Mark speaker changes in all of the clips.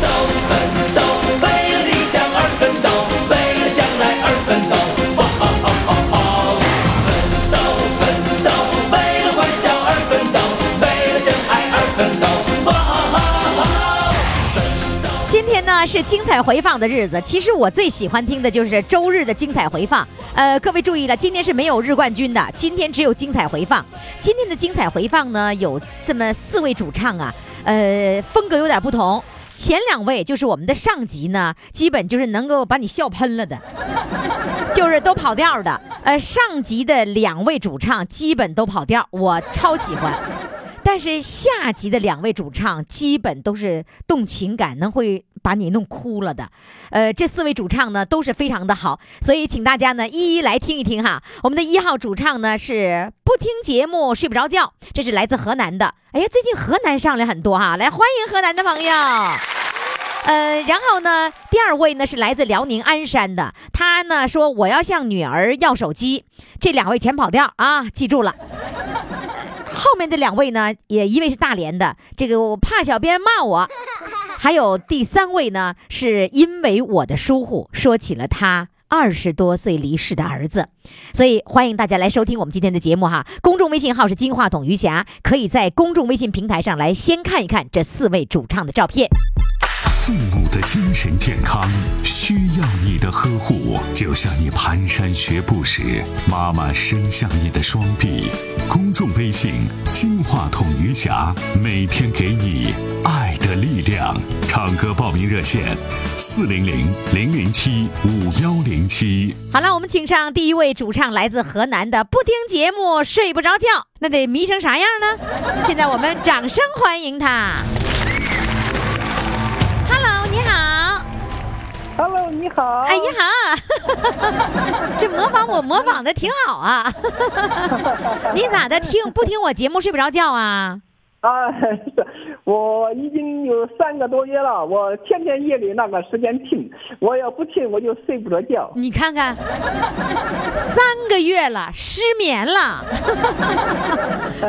Speaker 1: 奋斗，奋斗，为了理想而奋斗，为了将来而奋斗，哇哈哈哈哈！奋斗，奋斗，为了欢笑而奋斗，为了真爱而奋斗，哇哈哈哈！
Speaker 2: 今天呢是精彩回放的日子，其实我最喜欢听的就是周日的精彩回放。呃，各位注意了，今天是没有日冠军的，今天只有精彩回放。今天的精彩回放呢，有这么四位主唱啊，呃，风格有点不同。前两位就是我们的上级呢，基本就是能够把你笑喷了的， 就是都跑调的。呃，上级的两位主唱基本都跑调，我超喜欢。但是下集的两位主唱基本都是动情感，能会把你弄哭了的。呃，这四位主唱呢都是非常的好，所以请大家呢一一来听一听哈。我们的一号主唱呢是不听节目睡不着觉，这是来自河南的。哎呀，最近河南上来很多哈，来欢迎河南的朋友。呃，然后呢，第二位呢是来自辽宁鞍山的，他呢说我要向女儿要手机，这两位全跑调啊，记住了。后面这两位呢，也一位是大连的，这个我怕小编骂我，还有第三位呢，是因为我的疏忽，说起了他二十多岁离世的儿子，所以欢迎大家来收听我们今天的节目哈。公众微信号是金话筒余霞，可以在公众微信平台上来先看一看这四位主唱的照片。
Speaker 3: 父母的精神健康需要你的呵护，就像你蹒跚学步时，妈妈伸向你的双臂。公众微信“金话筒余霞”，每天给你爱的力量。唱歌报名热线：四零零零零七五幺零七。
Speaker 2: 好了，我们请上第一位主唱，来自河南的，不听节目睡不着觉，那得迷成啥样呢？现在我们掌声欢迎他。Hello，你好，
Speaker 4: Hello，你好。
Speaker 2: 哎呀， 这模仿我模仿的挺好啊。 你咋的听不听我节目睡不着觉啊？
Speaker 4: 啊，是我已经有三个多月了，我天天夜里那个时间听，我要不听我就睡不着觉。
Speaker 2: 你看看，三个月了，失眠了，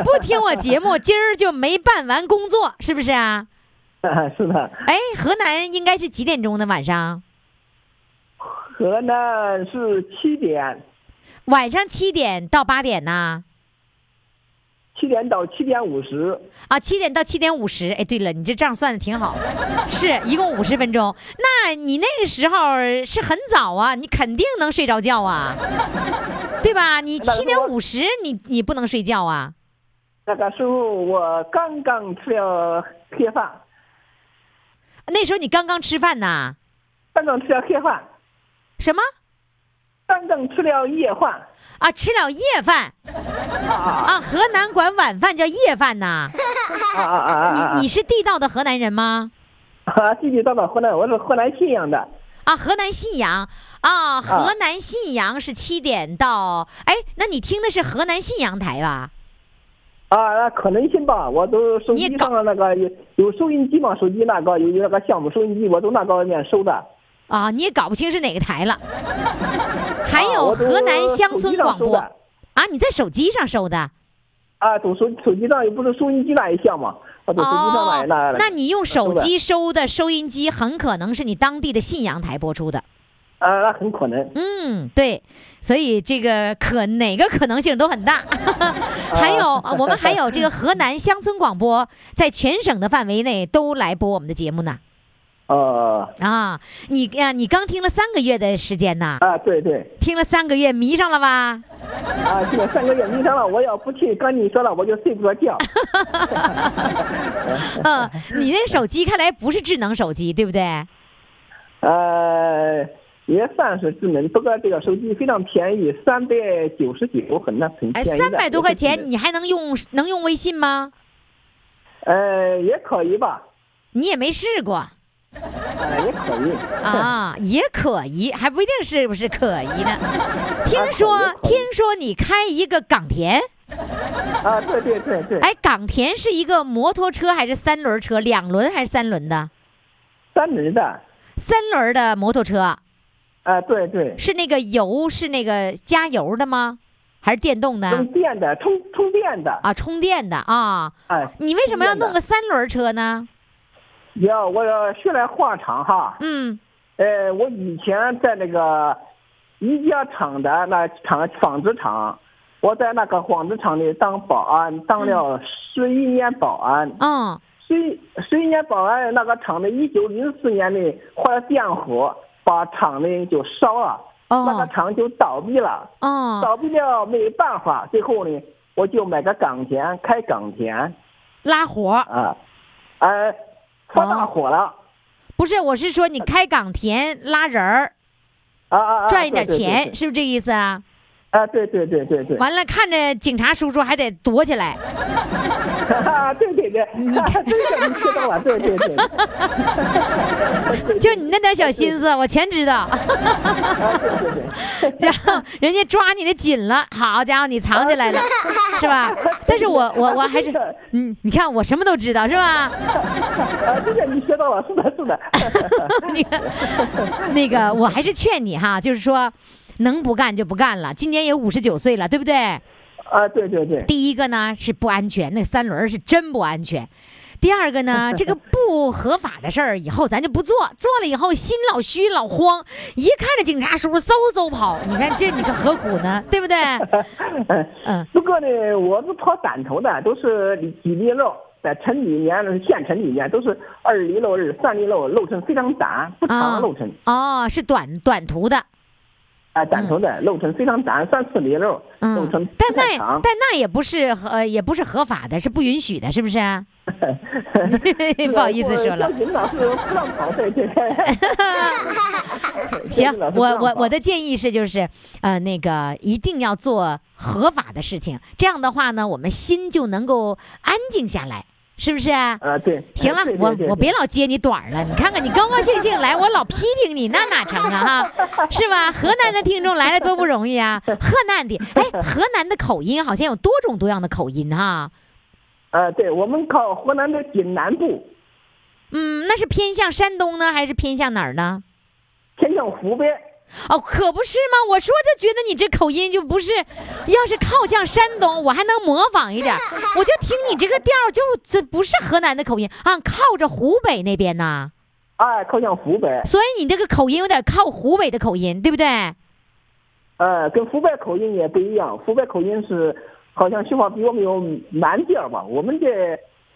Speaker 2: 不听我节目，今儿就没办完工作，是不是啊？
Speaker 4: 是的，
Speaker 2: 哎，河南应该是几点钟呢？晚上？
Speaker 4: 河南是七点，
Speaker 2: 晚上七点到八点呐、
Speaker 4: 七点到七点五十。
Speaker 2: 啊，七点到七点五十。哎，对了，你这账算的挺好， 是一共五十分钟。那你那个时候是很早啊，你肯定能睡着觉啊，对吧？你
Speaker 4: 那是
Speaker 2: 七点
Speaker 4: 我
Speaker 2: 五十，你你不能睡觉啊？
Speaker 4: 那个时候我刚刚吃了黑饭，
Speaker 2: 那时候你刚刚吃饭呐？
Speaker 4: 刚刚吃了黑饭，
Speaker 2: 什么？
Speaker 4: 刚刚吃了夜饭。
Speaker 2: 啊，吃了夜饭啊？河南管晚饭叫夜饭呐？
Speaker 4: 啊啊啊啊啊！
Speaker 2: 你你是地道的河南人吗？
Speaker 4: 啊，地地道道河南，我是河南信阳的。
Speaker 2: 啊，河南信阳啊，河南信阳是七点到，哎，那你听的是河南信阳台吧？
Speaker 4: 啊，那可能性吧，我都手
Speaker 2: 你
Speaker 4: 机
Speaker 2: 搞
Speaker 4: 上的那个有有收音机嘛，手机那个有有那个项目收音机，我都那个面收的。
Speaker 2: 啊，你也搞不清是哪个台 了。还有
Speaker 4: 啊我都
Speaker 2: 河南乡
Speaker 4: 手
Speaker 2: 村
Speaker 4: 机上
Speaker 2: 广
Speaker 4: 收
Speaker 2: 播
Speaker 4: 的
Speaker 2: 啊，你在手机上收的
Speaker 4: 啊，总手手机上又不是收音机那一项嘛，我走手机上那那
Speaker 2: 哦那你用手
Speaker 4: 收的
Speaker 2: 机收的收音机，很可能是你当地的信阳台播出的。
Speaker 4: 啊，那很可能。
Speaker 2: 嗯，对，所以这个可哪个可能性都很 大。还有、啊我们还有这个河南乡村广播，在全省的范围内都来播我们的节目呢。
Speaker 4: 呃
Speaker 2: 啊，你呀、你刚听了三个月的时间呐，
Speaker 4: 啊，对对
Speaker 2: 听了三个月迷上了吧？
Speaker 4: 啊，这个三个月迷上了，我要不去跟你说了，我就睡不着 觉。
Speaker 2: 嗯，你那手机看来不是智能手机，对不哎对？
Speaker 4: 呃，也算是智能，不过这个手机非常便宜，三百九十九，很那很
Speaker 2: 哎，
Speaker 4: 便宜的。
Speaker 2: 三百多块
Speaker 4: 我就
Speaker 2: 钱
Speaker 4: 觉
Speaker 2: 你还能用能用微信吗？
Speaker 4: 得呃也可以吧。
Speaker 2: 你也没试过，
Speaker 4: 啊也可以。
Speaker 2: 啊，也可疑，还不一定是不是可疑 呢。听说
Speaker 4: 可疑可疑
Speaker 2: 听说你开一个港田，
Speaker 4: 啊，对对对对，
Speaker 2: 哎，港田是一个摩托车还是三轮车？两轮还是三轮的？
Speaker 4: 三轮的，
Speaker 2: 三轮的摩托车
Speaker 4: 啊，对对，
Speaker 2: 是那个油是那个加油的吗？还是电动的
Speaker 4: 充电的，充充电的，
Speaker 2: 啊？充电的啊？
Speaker 4: 哎，
Speaker 2: 你为什么要
Speaker 4: 充
Speaker 2: 弄
Speaker 4: 电的
Speaker 2: 个三轮车呢？
Speaker 4: 要我说来话长哈，
Speaker 2: 嗯
Speaker 4: 呃，我以前在那个宜家厂的那厂纺织厂，我在那个纺织厂里当保安，当了十一年保安。
Speaker 2: 嗯，
Speaker 4: 十十一年保安那个厂的，一九零四年的发电火，把厂呢就烧了，
Speaker 2: 哦
Speaker 4: 那个厂就倒闭了。
Speaker 2: 哦，
Speaker 4: 倒闭了没办法，最后呢，我就买个港田，开港田
Speaker 2: 拉活儿
Speaker 4: 啊，呃，发大火了。
Speaker 2: 不是，我是说你开港田拉人儿，
Speaker 4: 啊啊啊！
Speaker 2: 哦赚一点
Speaker 4: 对对对
Speaker 2: 钱，
Speaker 4: 对
Speaker 2: 是不是这意思啊？
Speaker 4: 啊，对对对对对，
Speaker 2: 完了，看着警察叔叔还得躲起来。
Speaker 4: 对对对，啊真的你知道了，对对 对，
Speaker 2: 就你那点小心思，我全知
Speaker 4: 啊
Speaker 2: 道。 然后人家抓你的紧了，好家伙，你藏起来了，是吧？但是我我我还是
Speaker 4: 是的，
Speaker 2: 嗯，你看我什么都知道，是吧？
Speaker 4: 啊，这个你学到了，是的， 是的，
Speaker 2: 那个 那个，我还是劝你哈，就是说，能不干就不干了。今年也五十九岁了，对不对？
Speaker 4: 啊，对对对，
Speaker 2: 第一个呢是不安全，那三轮儿是真不安全。第二个呢，这个不合法的事儿以后咱就不做，做了以后心老虚老慌，一看着警察叔叔嗖嗖跑，你看这你可何苦呢？对不对？嗯，
Speaker 4: 不过呢，我是跑短途的，都是几里路，在城里面、县城里面都是二里路、二三里路，路程非常短，不长路程，
Speaker 2: 哦，是短短途的，
Speaker 4: 啊，短途的路程非常短，三四里路，路
Speaker 2: 嗯
Speaker 4: 程，
Speaker 2: 但
Speaker 4: 不太
Speaker 2: 那
Speaker 4: 长
Speaker 2: 但，那也不是合呃也不是合法的，是不允许的，是不是啊？ 不好意思说了哎
Speaker 4: 交。警呃老师不让跑，对对对，
Speaker 2: 行，我我我的建议是，就是呃，那个一定要做合法的事情，这样的话呢，我们心就能够安静下来，是不是啊？
Speaker 4: 啊，对，
Speaker 2: 行了，我我别老揭你短儿了，你看看你高高兴兴来，我老批评你，那哪成啊哈，是吧？河南的听众来了多不容易啊，河南的，哎，河南的口音好像有多种多样的口音哈，
Speaker 4: 呃，对，我们靠河南的锦南部，
Speaker 2: 嗯，那是偏向山东呢，还是偏向哪儿呢？
Speaker 4: 偏向湖北。
Speaker 2: 哦，可不是吗？我说就觉得你这口音就不是，要是靠向山东，我还能模仿一点儿。我就听你这个调儿，就这不是河南的口音啊，靠着湖北那边呐。
Speaker 4: 哎，靠向湖北，
Speaker 2: 所以你这个口音有点靠湖北的口音，对不对？
Speaker 4: 呃，跟湖北口音也不一样。湖北口音是好像说话比我们有南调吧，我们这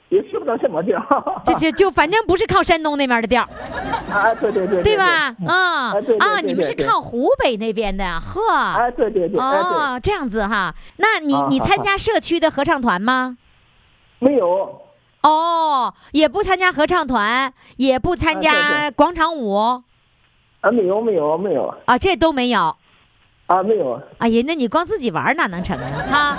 Speaker 4: 也说不到什么调。
Speaker 2: 这这就反正不是靠山东那边的调儿，
Speaker 4: 啊，对对对，
Speaker 2: 对？吧？啊
Speaker 4: 对对
Speaker 2: 啊，
Speaker 4: 对
Speaker 2: 你们
Speaker 4: 对
Speaker 2: 是
Speaker 4: 对
Speaker 2: 靠湖北那边的，呵。
Speaker 4: 哎，对对对，哎对，
Speaker 2: 哦，这样子哈，那你
Speaker 4: 啊
Speaker 2: 你
Speaker 4: 好
Speaker 2: 参
Speaker 4: 好
Speaker 2: 加社区的合唱团吗？
Speaker 4: 没有，
Speaker 2: 哦，也不参加合唱团，也不参
Speaker 4: 啊对
Speaker 2: 加广场舞。
Speaker 4: 啊，没有，没有，没有，
Speaker 2: 啊，这都没有。
Speaker 4: 啊，没有，
Speaker 2: 哎呀，那你光自己玩儿哪能成啊？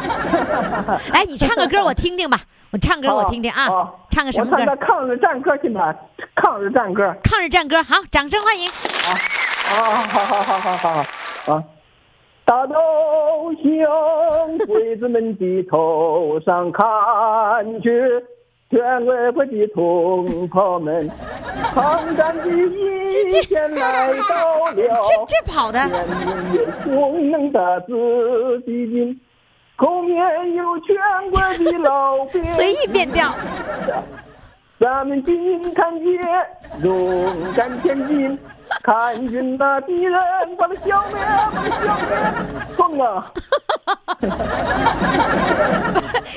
Speaker 2: 哈， 来，你唱个歌我听听吧，我唱歌我听听啊，
Speaker 4: 哦
Speaker 2: 唱个什
Speaker 4: 我
Speaker 2: 么
Speaker 4: 唱
Speaker 2: 歌
Speaker 4: 个？抗日战歌去吧，抗日战歌。
Speaker 2: 抗日战歌，好，掌声欢迎。
Speaker 4: 啊，好好好好好好啊！大头兄，鬼子们的头上看去，全外国的同 胞们，抗战的一天来到 了，
Speaker 2: 这这跑的，
Speaker 4: 人民有功能的子弟兵，后面有全国的老 兵。
Speaker 2: 随意变调。
Speaker 4: 咱们金看街，勇敢前进，看见那敌人，把他消灭，把他消灭，疯了！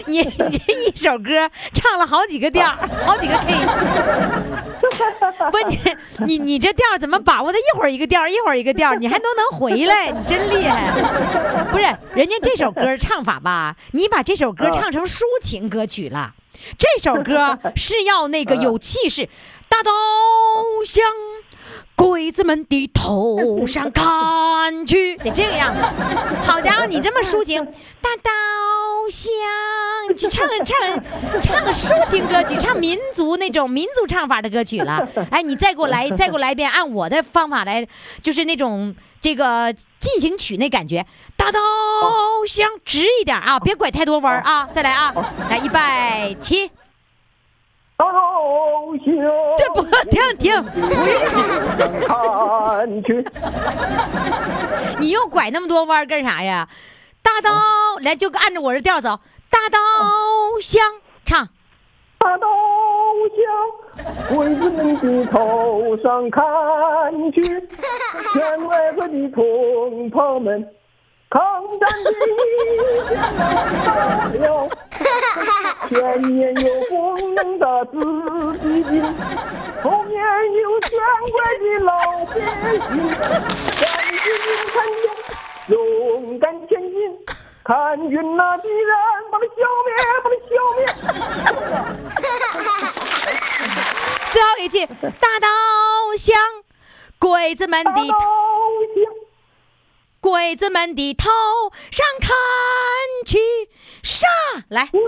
Speaker 2: 你 你这一首歌唱了好几个调儿，好几个 K。不，你你你这调儿怎么把握的？一会儿一个调儿，一会儿一个调儿，你还都能回来，你真厉害。不是，人家这首歌唱法吧，你把这首歌唱成抒情歌曲了。这首歌是要那个有气势，大刀向鬼子们的头上砍 去，得这个样子。好家伙，你这么抒情，大刀向唱唱唱唱个抒情歌曲，唱民族那种民族唱法的歌曲了。哎，你再给我来，再给我来一遍，按我的方法来，就是那种这个进行曲那感觉，大刀向直一点啊，别拐太多弯儿啊。再来啊，来一百七，
Speaker 4: 刀雄
Speaker 2: 对不？停停，
Speaker 4: 看去，
Speaker 2: 你又拐那么多弯儿干啥呀？大刀
Speaker 4: 哦
Speaker 2: 来就按照我这调走，大刀向唱。
Speaker 4: 大刀向鬼子们的头上砍去，全外国的同胞们，抗战的将来到了，前面有光荣的子弟兵，后面有全国的老百姓，战士们看见。勇敢前进，看云那敌人，把他消灭，把他消灭。
Speaker 2: 最后一 句，大刀向鬼子们
Speaker 4: 大刀
Speaker 2: 的
Speaker 4: 向
Speaker 2: 鬼子们的头上砍去，杀来！
Speaker 4: 鬼，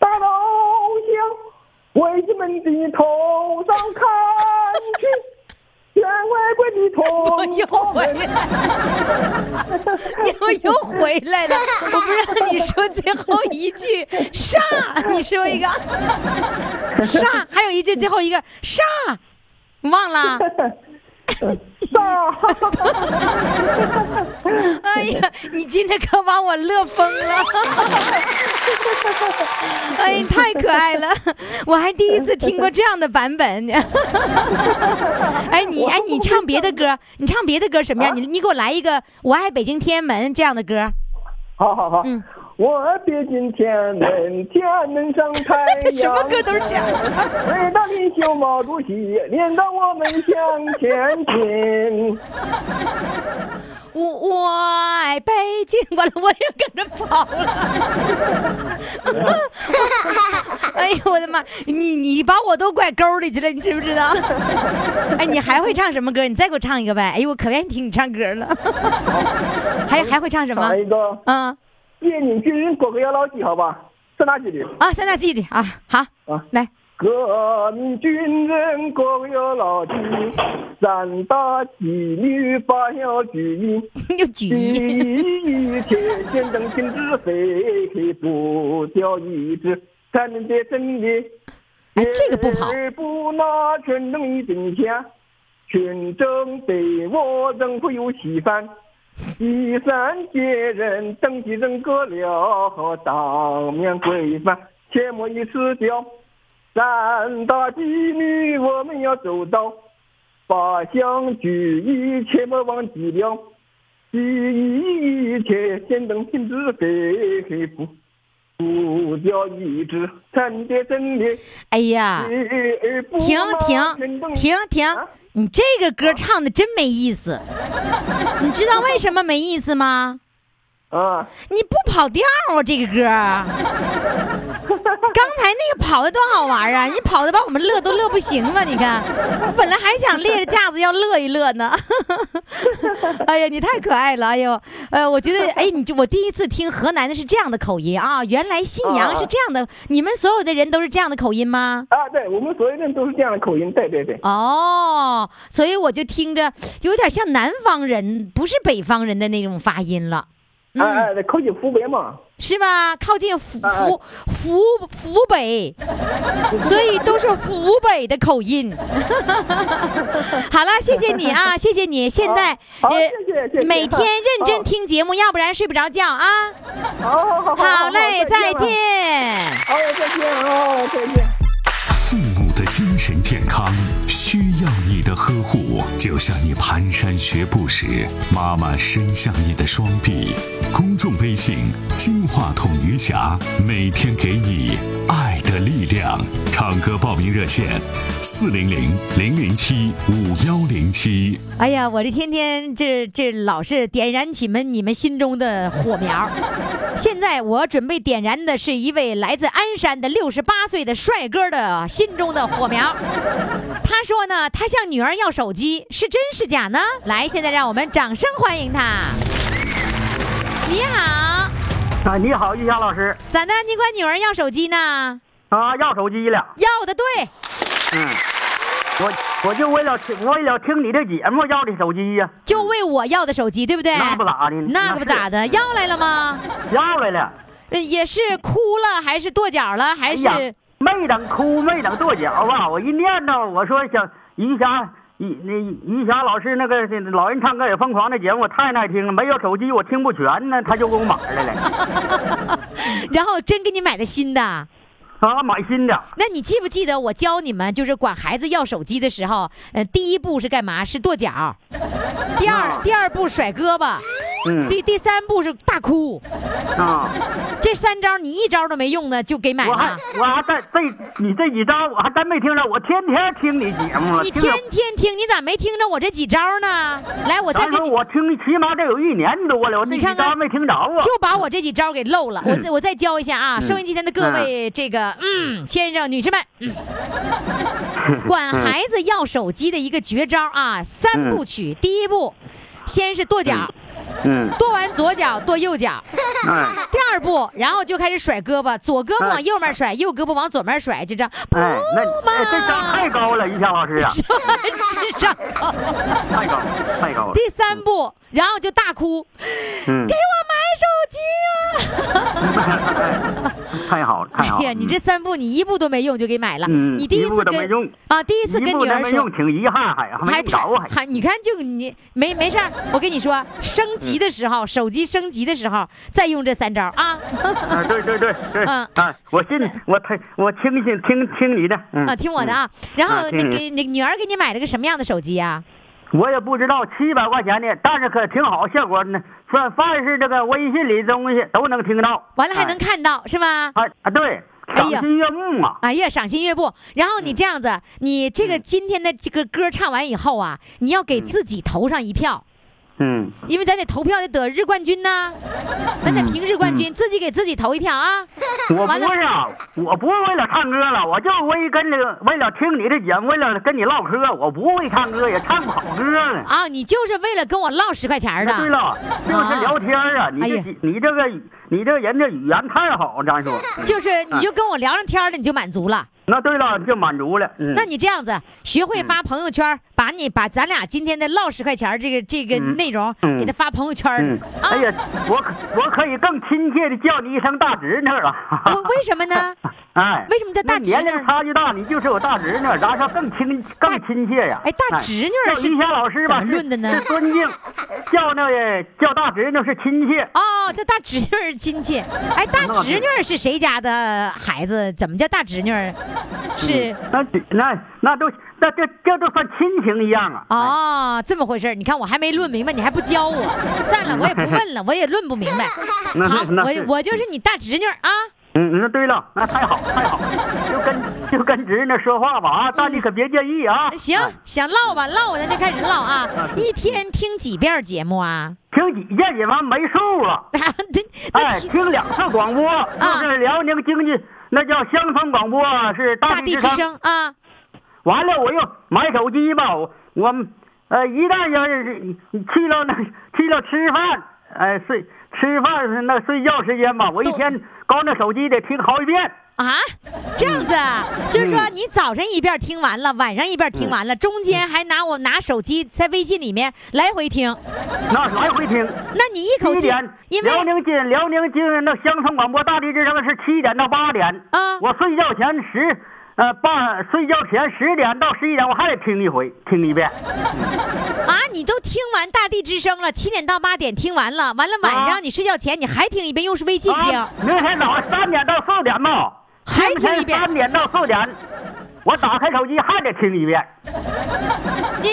Speaker 4: 大刀向鬼子们的头上砍去，全外国的
Speaker 2: 我
Speaker 4: 同
Speaker 2: 又
Speaker 4: 胞
Speaker 2: 回
Speaker 4: 们，
Speaker 2: 来了，你怎么又回来了？我不让你说最后一句杀，你说 一个杀，还有一句最后一个杀，忘了。
Speaker 4: 上
Speaker 2: 哎呀，你今天可把我乐疯了！哎，太可爱了，我还第一次听过这样的版本呢。哎，你哎，你唱别的歌，你唱别的歌什么样？你你给我来一个《我爱北京天安门》这样的歌。
Speaker 4: 好好好
Speaker 2: 嗯。
Speaker 4: 我别进天安门，天安门上太阳。
Speaker 2: 什么歌都是这样唱
Speaker 4: 伟大领袖毛主席领导我们向前进。
Speaker 2: 我我爱北京，完了我也跟着跑了。哎呦我的妈！你你把我都拐沟里去了，你知不知道？ 哎，你还会唱什么歌？你再给我唱一个呗。哎呦，我可愿意听你唱歌了。还还会唱什么
Speaker 4: 唱？一个
Speaker 2: 嗯
Speaker 4: 夜岭巨人果戈摇老几，好吧？上哪几句？
Speaker 2: 啊，三大记的啊，好
Speaker 4: 啊，
Speaker 2: 来，
Speaker 4: 革命军人各有老弟，三大纪律八条举一，
Speaker 2: 又举
Speaker 4: 第
Speaker 2: 一。
Speaker 4: 一铁线等停止飞，黑不掉一支，才能得胜利。
Speaker 2: 哎这个不跑
Speaker 4: 日不拿群众一等下，群众对我仍会有喜欢。第三届人登记人格了，当面规范，切莫一失掉。三大纪律我们要走到，八项举一切莫忘记了。第一切先等品质飞，不不掉一支三节真理。
Speaker 2: 哎呀，停停停停
Speaker 4: 啊！
Speaker 2: 你这个歌唱的真没意思，你知道为什么没意思吗？
Speaker 4: 啊！
Speaker 2: 你不跑调啊，这个歌儿。刚才那个跑的多好玩啊！你跑的把我们乐都乐不行了，你看，我本来还想列着架子要乐一乐呢。 哎呀，你太可爱了！哎呦，呃，我觉得，哎，你这我第一次听河南的是这样的口音啊，原来信阳是这样的，你们所有的人都是这样的口音吗？
Speaker 4: 啊，对，我们所有人都是这样的口音，对对对，
Speaker 2: 哦，所以我就听着有点像南方人，不是北方人的那种发音了。
Speaker 4: 啊啊，对口音湖北嘛，
Speaker 2: 是吧？靠近湖
Speaker 4: 哎
Speaker 2: 湖湖湖 北，所以都是湖北的口音。好了，谢谢你 啊，谢谢你。现在
Speaker 4: 好谢谢谢谢
Speaker 2: 呃每天认真
Speaker 4: 好
Speaker 2: 听节目，要不然睡不着觉啊。
Speaker 4: 好好好
Speaker 2: 好嘞，再
Speaker 4: 见了，
Speaker 2: 见。
Speaker 4: 好再见哦，再见。
Speaker 3: 父母的精神健康需要你的呵护，就像你蹒跚学步时，妈妈伸向你的双臂。公众微信“金话筒余霞”，每天给你爱的力量。唱歌报名热线：四零零零零七五幺零七。
Speaker 2: 哎呀，我这天天这这老是点燃起们你们心中的火苗。现在我准备点燃的是一位来自鞍山的六十八岁的帅哥的心中的火苗。他说呢，他向女儿要手机，是真是假呢？来，现在让我们掌声欢迎他。你好，
Speaker 5: 啊，你好，玉霞老师
Speaker 2: 咋的？你管女儿要手机呢？
Speaker 5: 啊，要手机了，
Speaker 2: 要的对，
Speaker 5: 嗯，我我就为了听为了听你的节目要的手机呀、
Speaker 2: 就为我要的手机，对不对？
Speaker 5: 那不咋的，
Speaker 2: 哎那可不咋
Speaker 5: 的，
Speaker 2: 的，要来了吗？
Speaker 5: 要来了，
Speaker 2: 呃也是哭了，还是跺脚了，还
Speaker 5: 哎
Speaker 2: 是、
Speaker 5: 呀，没等哭，没等跺脚吧，我一念叨，我说想余霞。余那余霞老师那个老人唱歌也疯狂的节目，我太耐听了，没有手机我听不全呢，他就给我买来了，
Speaker 2: 然后真给你买的新的。
Speaker 5: 啊，买新的，
Speaker 2: 那你记不记得我教你们，就是管孩子要手机的时候，呃，第一步是干嘛？是跺脚，第二第二步甩胳膊，
Speaker 5: 啊嗯
Speaker 2: 第第三步是大哭。
Speaker 5: 啊。
Speaker 2: 这三招你一招都没用呢，就给买
Speaker 5: 我还
Speaker 2: 了。
Speaker 5: 我还在这你这几招我还真没听着，我天天听你节目了，
Speaker 2: 你
Speaker 5: 听
Speaker 2: 天
Speaker 5: 着，
Speaker 2: 天听，你咋没听着我这几招呢？来，我再
Speaker 5: 当
Speaker 2: 给
Speaker 5: 时
Speaker 2: 你，
Speaker 5: 我听起码得有一年多了，我这
Speaker 2: 你
Speaker 5: 几
Speaker 2: 看看
Speaker 5: 招没听着 啊。
Speaker 2: 就把我这几招给漏了。
Speaker 5: 嗯
Speaker 2: 我再我再教一下啊，收音机前的各位这个嗯先生女士们， 嗯管孩子要手机的一个绝招啊，三部曲。第一步，先是跺脚，
Speaker 5: 嗯
Speaker 2: 跺完左脚跺右 脚。
Speaker 5: 嗯，
Speaker 2: 第二步，然后就开始甩胳膊，左胳膊往右面甩，右胳膊往左面甩，就这样。
Speaker 5: 哎，那哎这招太高了，于霞老师啊，
Speaker 2: 智障高。
Speaker 5: 太高了，太高了。
Speaker 2: 第三步，然后就大 哭，
Speaker 5: 嗯
Speaker 2: 给，我买手机啊呀、
Speaker 5: 太好了，嗯太好
Speaker 2: 哎呀，
Speaker 5: 了。
Speaker 2: 你这三步你一步都没用就给买了，
Speaker 5: 嗯
Speaker 2: 你第一
Speaker 5: 一
Speaker 2: 次
Speaker 5: 步都
Speaker 2: 跟
Speaker 5: 没用
Speaker 2: 啊，第一次
Speaker 5: 一
Speaker 2: 跟
Speaker 5: 步
Speaker 2: 女
Speaker 5: 都
Speaker 2: 儿
Speaker 5: 没
Speaker 2: 说
Speaker 5: 用，。挺遗憾，还还没
Speaker 2: 还
Speaker 5: 听着，还
Speaker 2: 还你看就你没没事儿，我跟你说，升
Speaker 5: 嗯
Speaker 2: 级的时候，手机升级的时候再用这三招啊
Speaker 5: 啊，对对对对，
Speaker 2: 嗯
Speaker 5: 啊，我信，我太我听信听听你的，嗯
Speaker 2: 啊，听我的啊。然后
Speaker 5: 啊
Speaker 2: 那
Speaker 5: 听
Speaker 2: 给那女儿给你买了个什么样的手机啊呀、
Speaker 5: 我也不知道七百块钱的，但是可挺好，效果呢，凡凡是这个微信里的东西都能听到，
Speaker 2: 完了还能看到、是吧？
Speaker 5: 啊啊对，赏
Speaker 2: 哎呀
Speaker 5: 心悦目啊，
Speaker 2: 哎呀，赏心悦目。然
Speaker 5: 嗯
Speaker 2: 后你这样子，你这个今天的这个歌唱完以后啊，你要给自己投上一票，
Speaker 5: 嗯，
Speaker 2: 因为咱得投票得得日冠军呐、咱得评日冠
Speaker 5: 嗯
Speaker 2: 军，自己给自己投一票 啊。
Speaker 5: 我
Speaker 2: 完了
Speaker 5: 不是啊，我不为了唱歌了，我就为跟这个为了听你的节目，为了跟你唠嗑，我不会唱歌，也唱不好歌 呢。
Speaker 2: 啊，你就是为了跟我唠十块钱儿
Speaker 5: 对
Speaker 2: 的。
Speaker 5: 了，就是聊天啊，你
Speaker 2: 啊哎
Speaker 5: 这
Speaker 2: 呀
Speaker 5: 几你这个你这人这语言太好，咱说，
Speaker 2: 就是
Speaker 5: 啊
Speaker 2: 你就跟我聊上天儿了，你就满足了。
Speaker 5: 那对了就满足了，嗯
Speaker 2: 那你这样子，学会发朋友圈儿，把你把咱俩今天的唠十块钱儿这个这个内容，
Speaker 5: 嗯
Speaker 2: 给他发朋友圈儿里
Speaker 5: 嗯，哎
Speaker 2: 啊。
Speaker 5: 呀，我可我可以更亲切的叫你一声大侄女啊了。
Speaker 2: 我为什么呢？
Speaker 5: 哎，
Speaker 2: 为什么叫大侄女
Speaker 5: 那年龄差距大，你就是我大侄女，咱说更亲更亲切呀。
Speaker 2: 哎大侄女
Speaker 5: 哎
Speaker 2: 是
Speaker 5: 叫于霞老师吧？
Speaker 2: 怎么
Speaker 5: 是
Speaker 2: 论的呢
Speaker 5: 是尊敬，叫那个叫大侄女是亲切。
Speaker 2: 哦，这大侄女儿亲戚，哎，大侄女儿是谁家的孩子？怎么叫大侄女儿？是
Speaker 5: 那那那都那这这都算亲情一样啊。
Speaker 2: 哦，这么回事儿你看我还没论明白，你还不教 我，算了，我也不问了，我也论不明 白。
Speaker 5: 那
Speaker 2: 好，
Speaker 5: 那
Speaker 2: 我我就是你大侄女儿啊。
Speaker 5: 嗯，那对了，那太好太好，就跟就跟侄女说话吧
Speaker 2: 嗯
Speaker 5: 啊，但你可别介意啊。
Speaker 2: 行
Speaker 5: 哎，
Speaker 2: 想唠吧，唠咱就开始唠啊。一天听几遍儿节目啊？
Speaker 5: 听几遍也完没数了。
Speaker 2: 那那啊
Speaker 5: 哎，
Speaker 2: 听
Speaker 5: 听两次广播，就是辽宁经济那叫乡村广播，是
Speaker 2: 大
Speaker 5: 大
Speaker 2: 地
Speaker 5: 地
Speaker 2: 之
Speaker 5: 之
Speaker 2: 声。啊，
Speaker 5: 完了，我又买手机吧，我我呃，一旦要是去了那去了吃饭，哎、睡吃饭那睡觉时间吧，我一
Speaker 2: 都
Speaker 5: 天搞那手机得听好几遍。
Speaker 2: 啊，这样子啊，就是说你早晨一遍听完了，晚上一遍听完了，中间还拿我拿手机在微信里面来回听，
Speaker 5: 那来回听，
Speaker 2: 那你一口
Speaker 5: 七
Speaker 2: 气
Speaker 5: 点，，
Speaker 2: 因
Speaker 5: 辽
Speaker 2: 为
Speaker 5: 宁经辽宁经那乡村广播大地之声是七点到八点，
Speaker 2: 啊
Speaker 5: 我睡觉前十呃半睡觉前十点到十一点我还得听一回，听一遍。
Speaker 2: 啊，你都听完《大地之声》了，七点到八点听完了，完了晚
Speaker 5: 啊
Speaker 2: 上你睡觉前你还听一遍，又是微信听
Speaker 5: 啊，，明天早上三点到四点吧，
Speaker 2: 还
Speaker 5: 明
Speaker 2: 听一
Speaker 5: 天
Speaker 2: 遍，
Speaker 5: 三点到四点，我打开手机还得听一遍。
Speaker 2: 你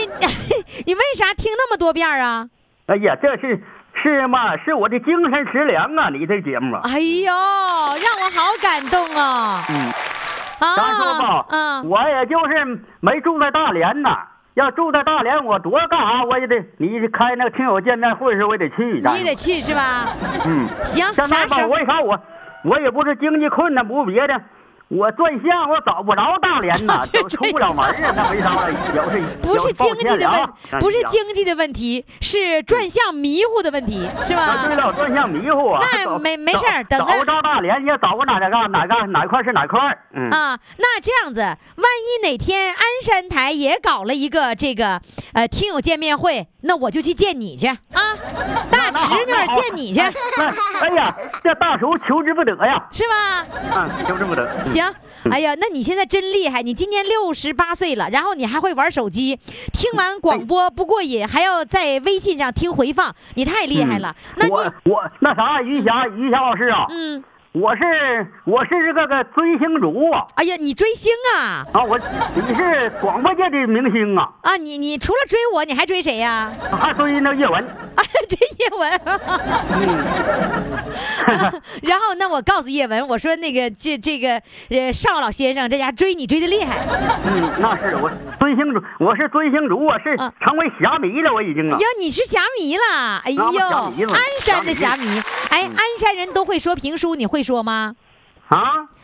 Speaker 2: 你为啥听那么多遍啊？
Speaker 5: 哎呀，这是是嘛？是我的精神食粮啊！你这节目，
Speaker 2: 哎呦，让我好感动哦！
Speaker 5: 嗯，
Speaker 2: 啊，
Speaker 5: 咱说吧，
Speaker 2: 嗯，
Speaker 5: 我也就是没住在大连呐。要住在大连，我多干啥我也得，你开那个听友见面会时我也得去。咱
Speaker 2: 你也得去是吧？
Speaker 5: 嗯，
Speaker 2: 行，
Speaker 5: 现
Speaker 2: 啥时
Speaker 5: 在吧，
Speaker 2: 候
Speaker 5: 我？一看我，我也不是经济困难，不是别的，我转向我找不着大连 呐，都出不了门啊，那没啥了，表示
Speaker 2: 不是经济的问，不是
Speaker 5: 经。
Speaker 2: 经济的问题，是转向迷糊的问题，是
Speaker 5: 啊，对
Speaker 2: 吧？
Speaker 5: 了，我转向迷糊啊。
Speaker 2: 那
Speaker 5: 找
Speaker 2: 没没事儿
Speaker 5: 找
Speaker 2: 等那
Speaker 5: 找不着大连，也找不着哪个哪个哪块是哪块儿。嗯，
Speaker 2: 啊，那这样子，万一哪天鞍山台也搞了一个这个呃听友见面会，那我就去见你去啊，大
Speaker 5: 那好
Speaker 2: 侄女
Speaker 5: 那
Speaker 2: 儿
Speaker 5: 好
Speaker 2: 见 你去，
Speaker 5: 哎哎呀，这大叔求之不得呀，
Speaker 2: 是吧？
Speaker 5: 嗯，求之不得。嗯，
Speaker 2: 行，哎呀，那你现在真厉害，你今年六十八岁了，然后你还会玩手机，听完广播
Speaker 5: 嗯
Speaker 2: 不过瘾，还要在微信上听回放，你太厉害了。那你
Speaker 5: 嗯我我那啥，于霞于霞老师啊，
Speaker 2: 嗯，
Speaker 5: 我是我是这个追星族啊
Speaker 2: 哎呀，你追星啊
Speaker 5: 啊，我你是广播界的明星啊，
Speaker 2: 啊，你你除了追我，你还追谁呀、
Speaker 5: 还追那叶文。
Speaker 2: 啊，追叶文。然后那我告诉叶文，我说那个这这个呃邵老先生这家追你追的厉害，
Speaker 5: 嗯，那是我追星族，我是追星族，我是
Speaker 2: 啊
Speaker 5: 成为侠迷了，我已经啊
Speaker 2: 哟。，你是侠迷啦！哎呦，
Speaker 5: 啊我侠迷嗯了
Speaker 2: 鞍山的侠
Speaker 5: 侠
Speaker 2: 迷，哎，鞍山人都会说评书，你会说吗？
Speaker 5: 啊，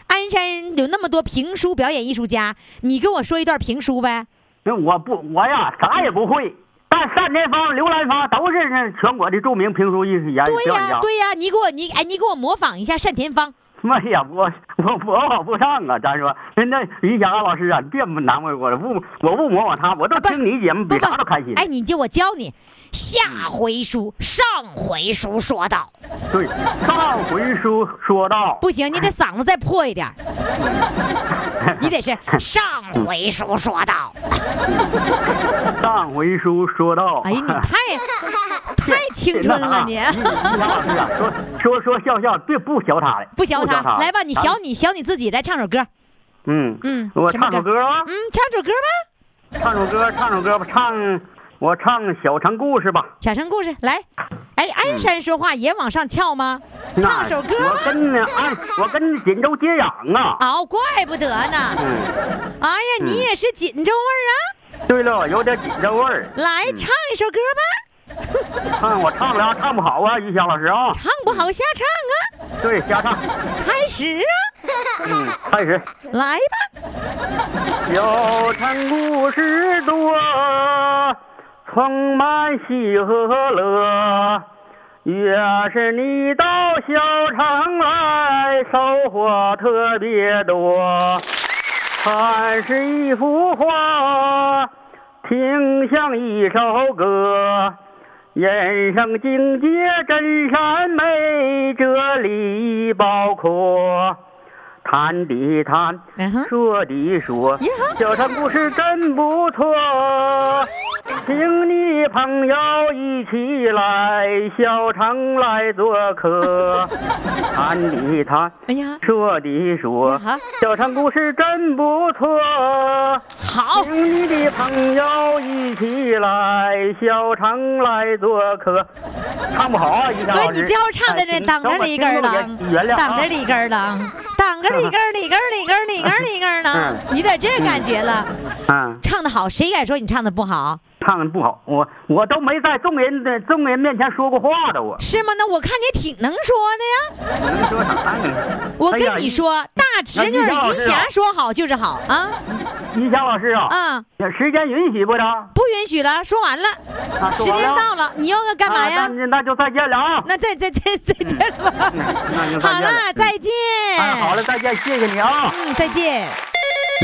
Speaker 2: 鞍山有那么多评书表演艺术家，你跟我说一段评书呗？
Speaker 5: 那我不，我呀啥也不会。但单田芳、刘兰芳都是那全国的著名评书艺术家、
Speaker 2: 对
Speaker 5: 表演
Speaker 2: 呀、
Speaker 5: 家。
Speaker 2: 对呀、你给我你哎，你给我模仿一下单田芳。
Speaker 5: 妈哎呀，我我模仿不上啊！咱说，那于霞老师啊，别难为我了，不，我不模仿他，我都
Speaker 2: 啊不
Speaker 5: 听你节目，
Speaker 2: 不
Speaker 5: 比
Speaker 2: 不
Speaker 5: 啥都开心。
Speaker 2: 哎，你就我教你，下回书上回书说到，
Speaker 5: 对，上回书说到，
Speaker 2: 不行，你得嗓子再破一点儿， 你得是上回书说到。
Speaker 5: 上回书说到。
Speaker 2: 哎呀，你太太青春了你。
Speaker 5: 那啥于霞老师啊，说说说笑笑，别不学他了，
Speaker 2: 不学
Speaker 5: 他
Speaker 2: 他，
Speaker 5: 了
Speaker 2: 来吧，你
Speaker 5: 啊
Speaker 2: 学你学你自己，来唱首歌，
Speaker 5: 嗯
Speaker 2: 嗯
Speaker 5: 我
Speaker 2: 什么
Speaker 5: 唱首
Speaker 2: 歌
Speaker 5: 歌啊，
Speaker 2: 嗯，唱首歌吧，
Speaker 5: 唱首歌，唱首歌吧，唱我唱《小城故事》吧。
Speaker 2: 小城故事来。哎，鞍山说话也往上翘吗？
Speaker 5: 嗯那
Speaker 2: 唱首歌
Speaker 5: 我
Speaker 2: 吧。
Speaker 5: 跟俺，我跟锦州接壤啊。
Speaker 2: 哦，怪不得呢。
Speaker 5: 嗯，
Speaker 2: 哎呀，你也是锦州味
Speaker 5: 对了，有点锦州味儿。
Speaker 2: 儿啊！来唱一首歌吧，
Speaker 5: 唱我唱不了，唱不好啊，于霞老师啊。
Speaker 2: 唱不好瞎唱啊！
Speaker 5: 对，瞎唱。
Speaker 2: 开始啊，
Speaker 5: 嗯，开始。
Speaker 2: 来吧。
Speaker 5: 小城故事多，充满喜和乐。越是你到小城来，收获特别多。看是一幅画，听像一首歌。人生境界真善美，这里包括。谈的谈
Speaker 2: 嗯哼，
Speaker 5: 说的说
Speaker 2: 呀，
Speaker 5: 小城故事真不错。请你朋友一起来小城来做客， 谈的谈，
Speaker 2: 哎呀，
Speaker 5: 说的说
Speaker 2: 呀，
Speaker 5: 小城故事真不错。
Speaker 2: 哦好，
Speaker 5: 请你的朋友一起来小城来做客。唱不好啊，一下
Speaker 2: 不
Speaker 5: 老
Speaker 2: 是
Speaker 5: 师。
Speaker 2: 你最后唱的那
Speaker 5: 哎
Speaker 2: 挡着里根儿了，
Speaker 5: 原谅啊
Speaker 2: 挡着里根儿了，挡着里根儿里根儿里根儿里根儿里根儿了，你得这感觉了。
Speaker 5: 嗯。
Speaker 2: 唱的好，谁敢说你唱的不好？
Speaker 5: 唱的不好，我我都没在众人的众人面前说过话的我。
Speaker 2: 是吗？那我看你挺能说的呀。
Speaker 5: 你说啥呢？
Speaker 2: 我
Speaker 5: 哎呀
Speaker 2: 跟你，说，大侄女
Speaker 5: 那于霞
Speaker 2: 于
Speaker 5: 老师
Speaker 2: 霞
Speaker 5: 啊
Speaker 2: 说好就是好啊
Speaker 5: 于霞老师啊，
Speaker 2: 啊，
Speaker 5: 时间允许不着？啊
Speaker 2: 不允许了，说完了，时
Speaker 5: 说完
Speaker 2: 间
Speaker 5: 了
Speaker 2: 到了，你要干嘛呀
Speaker 5: 啊？那那就再见了啊！
Speaker 2: 那再再再再见了吧
Speaker 5: 嗯那就再见了。
Speaker 2: 好了，再见。
Speaker 5: 哎，好了，，再见，谢谢你啊。
Speaker 2: 嗯，再见。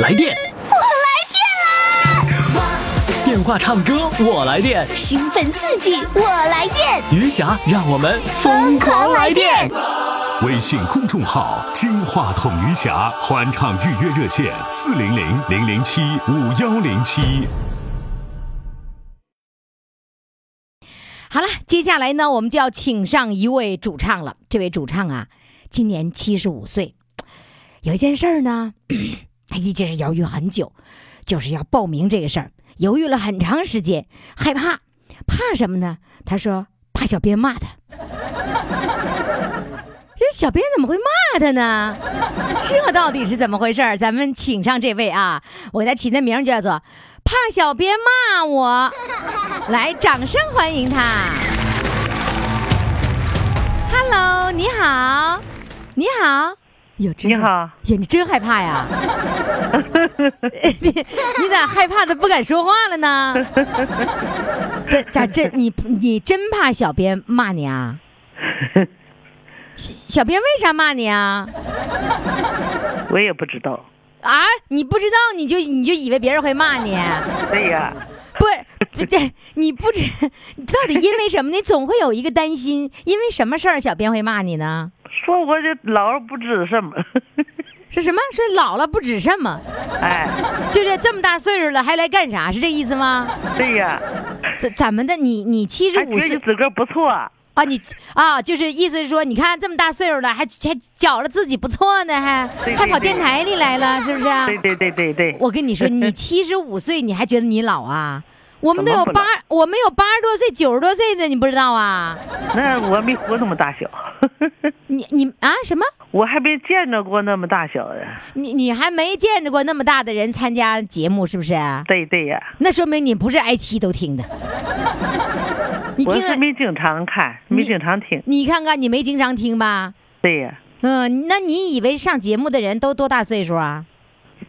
Speaker 6: 来电，电话唱歌我来电，
Speaker 7: 兴奋刺激，我来电，
Speaker 6: 余霞让我们
Speaker 7: 疯狂来电！
Speaker 3: 微信公众号“金话筒余霞”欢唱预约热线：四零零零零七五幺零七。
Speaker 2: 好了，接下来呢，我们就要请上一位主唱了。这位主唱啊，今年七十五岁。有一件事儿呢， 他一直是犹豫很久，就是要报名这个事儿，犹豫了很长时间，害怕，怕什么呢？他说怕小编骂他。 这小编怎么会骂他呢？ 这到底是怎么回事儿？咱们请上这位啊，我给他起的名儿叫做“怕小编骂我”。来，掌声欢迎他。Hello，你好，你好，哟，真
Speaker 5: 你
Speaker 2: 是
Speaker 5: 好
Speaker 2: 呀，你真害怕 呀？你你咋害怕的不敢说话了呢？这咋真你你真怕小编骂你 啊？小小编为啥骂你啊？
Speaker 5: 我也不知道。
Speaker 2: 啊，你不知道你就你就以为别人会骂你？
Speaker 5: 对呀、
Speaker 2: 不是，不对，你不知你到底因为什么？你总会有一个担心，因为什么事儿小编会骂你呢？
Speaker 5: 说我这老二不知什么，
Speaker 2: 是什么？说老了不止什么，
Speaker 5: 哎，
Speaker 2: 就是这么大岁数了还来干啥？是这意思吗？
Speaker 5: 对呀、
Speaker 2: 怎怎么的？你你七十
Speaker 5: 哎还
Speaker 2: 五
Speaker 5: 觉得
Speaker 2: 岁
Speaker 5: 自个儿不错，
Speaker 2: 啊？你啊，就是意思是说，你看这么大岁数了，还还觉着自己不错呢，还
Speaker 5: 对
Speaker 2: 还跑
Speaker 5: 对对
Speaker 2: 电台里来了，是不是啊？
Speaker 5: 对对对对对，
Speaker 2: 我跟你说， 你七十五岁，你还觉得你老啊？我们都有
Speaker 5: 怎么不
Speaker 2: 八
Speaker 5: 老，
Speaker 2: 我们有八十多岁、九十多岁的，你不知道啊？
Speaker 5: 那我没活那么大 小，
Speaker 2: 你你啊什么？
Speaker 5: 我还没见着过那么大小的，
Speaker 2: 你你还没见着过那么大的人参加节目，是不是？
Speaker 5: 对对呀、
Speaker 2: 那说明你不是挨七都听的。 你
Speaker 5: 我
Speaker 2: 听
Speaker 5: 是
Speaker 2: 了，
Speaker 5: 没经常看，
Speaker 2: 你
Speaker 5: 没经常听，
Speaker 2: 你看看，你没经常听吧？
Speaker 5: 对呀、
Speaker 2: 嗯，那你以为上节目的人都多大岁数啊？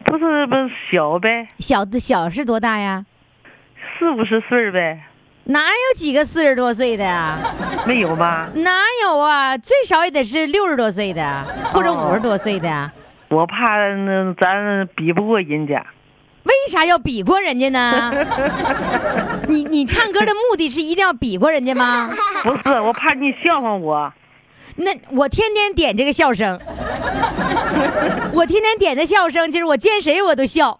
Speaker 5: 不是不是小呗，
Speaker 2: 小的小是多大呀？
Speaker 5: 四五十岁儿呗，
Speaker 2: 哪有几个四十多岁的啊？
Speaker 5: 没有吗？
Speaker 2: 哪有啊？最少也得是六十多岁的，或者
Speaker 5: 哦
Speaker 2: 五十多岁的啊。
Speaker 5: 我怕那咱比不过人家，
Speaker 2: 为啥要比过人家 呢？你你唱歌的目的是一定要比过人家吗？
Speaker 5: 不是，我怕你笑话我，
Speaker 2: 那我天天点这个笑声，我天天点的笑声，就是我见谁我都 笑，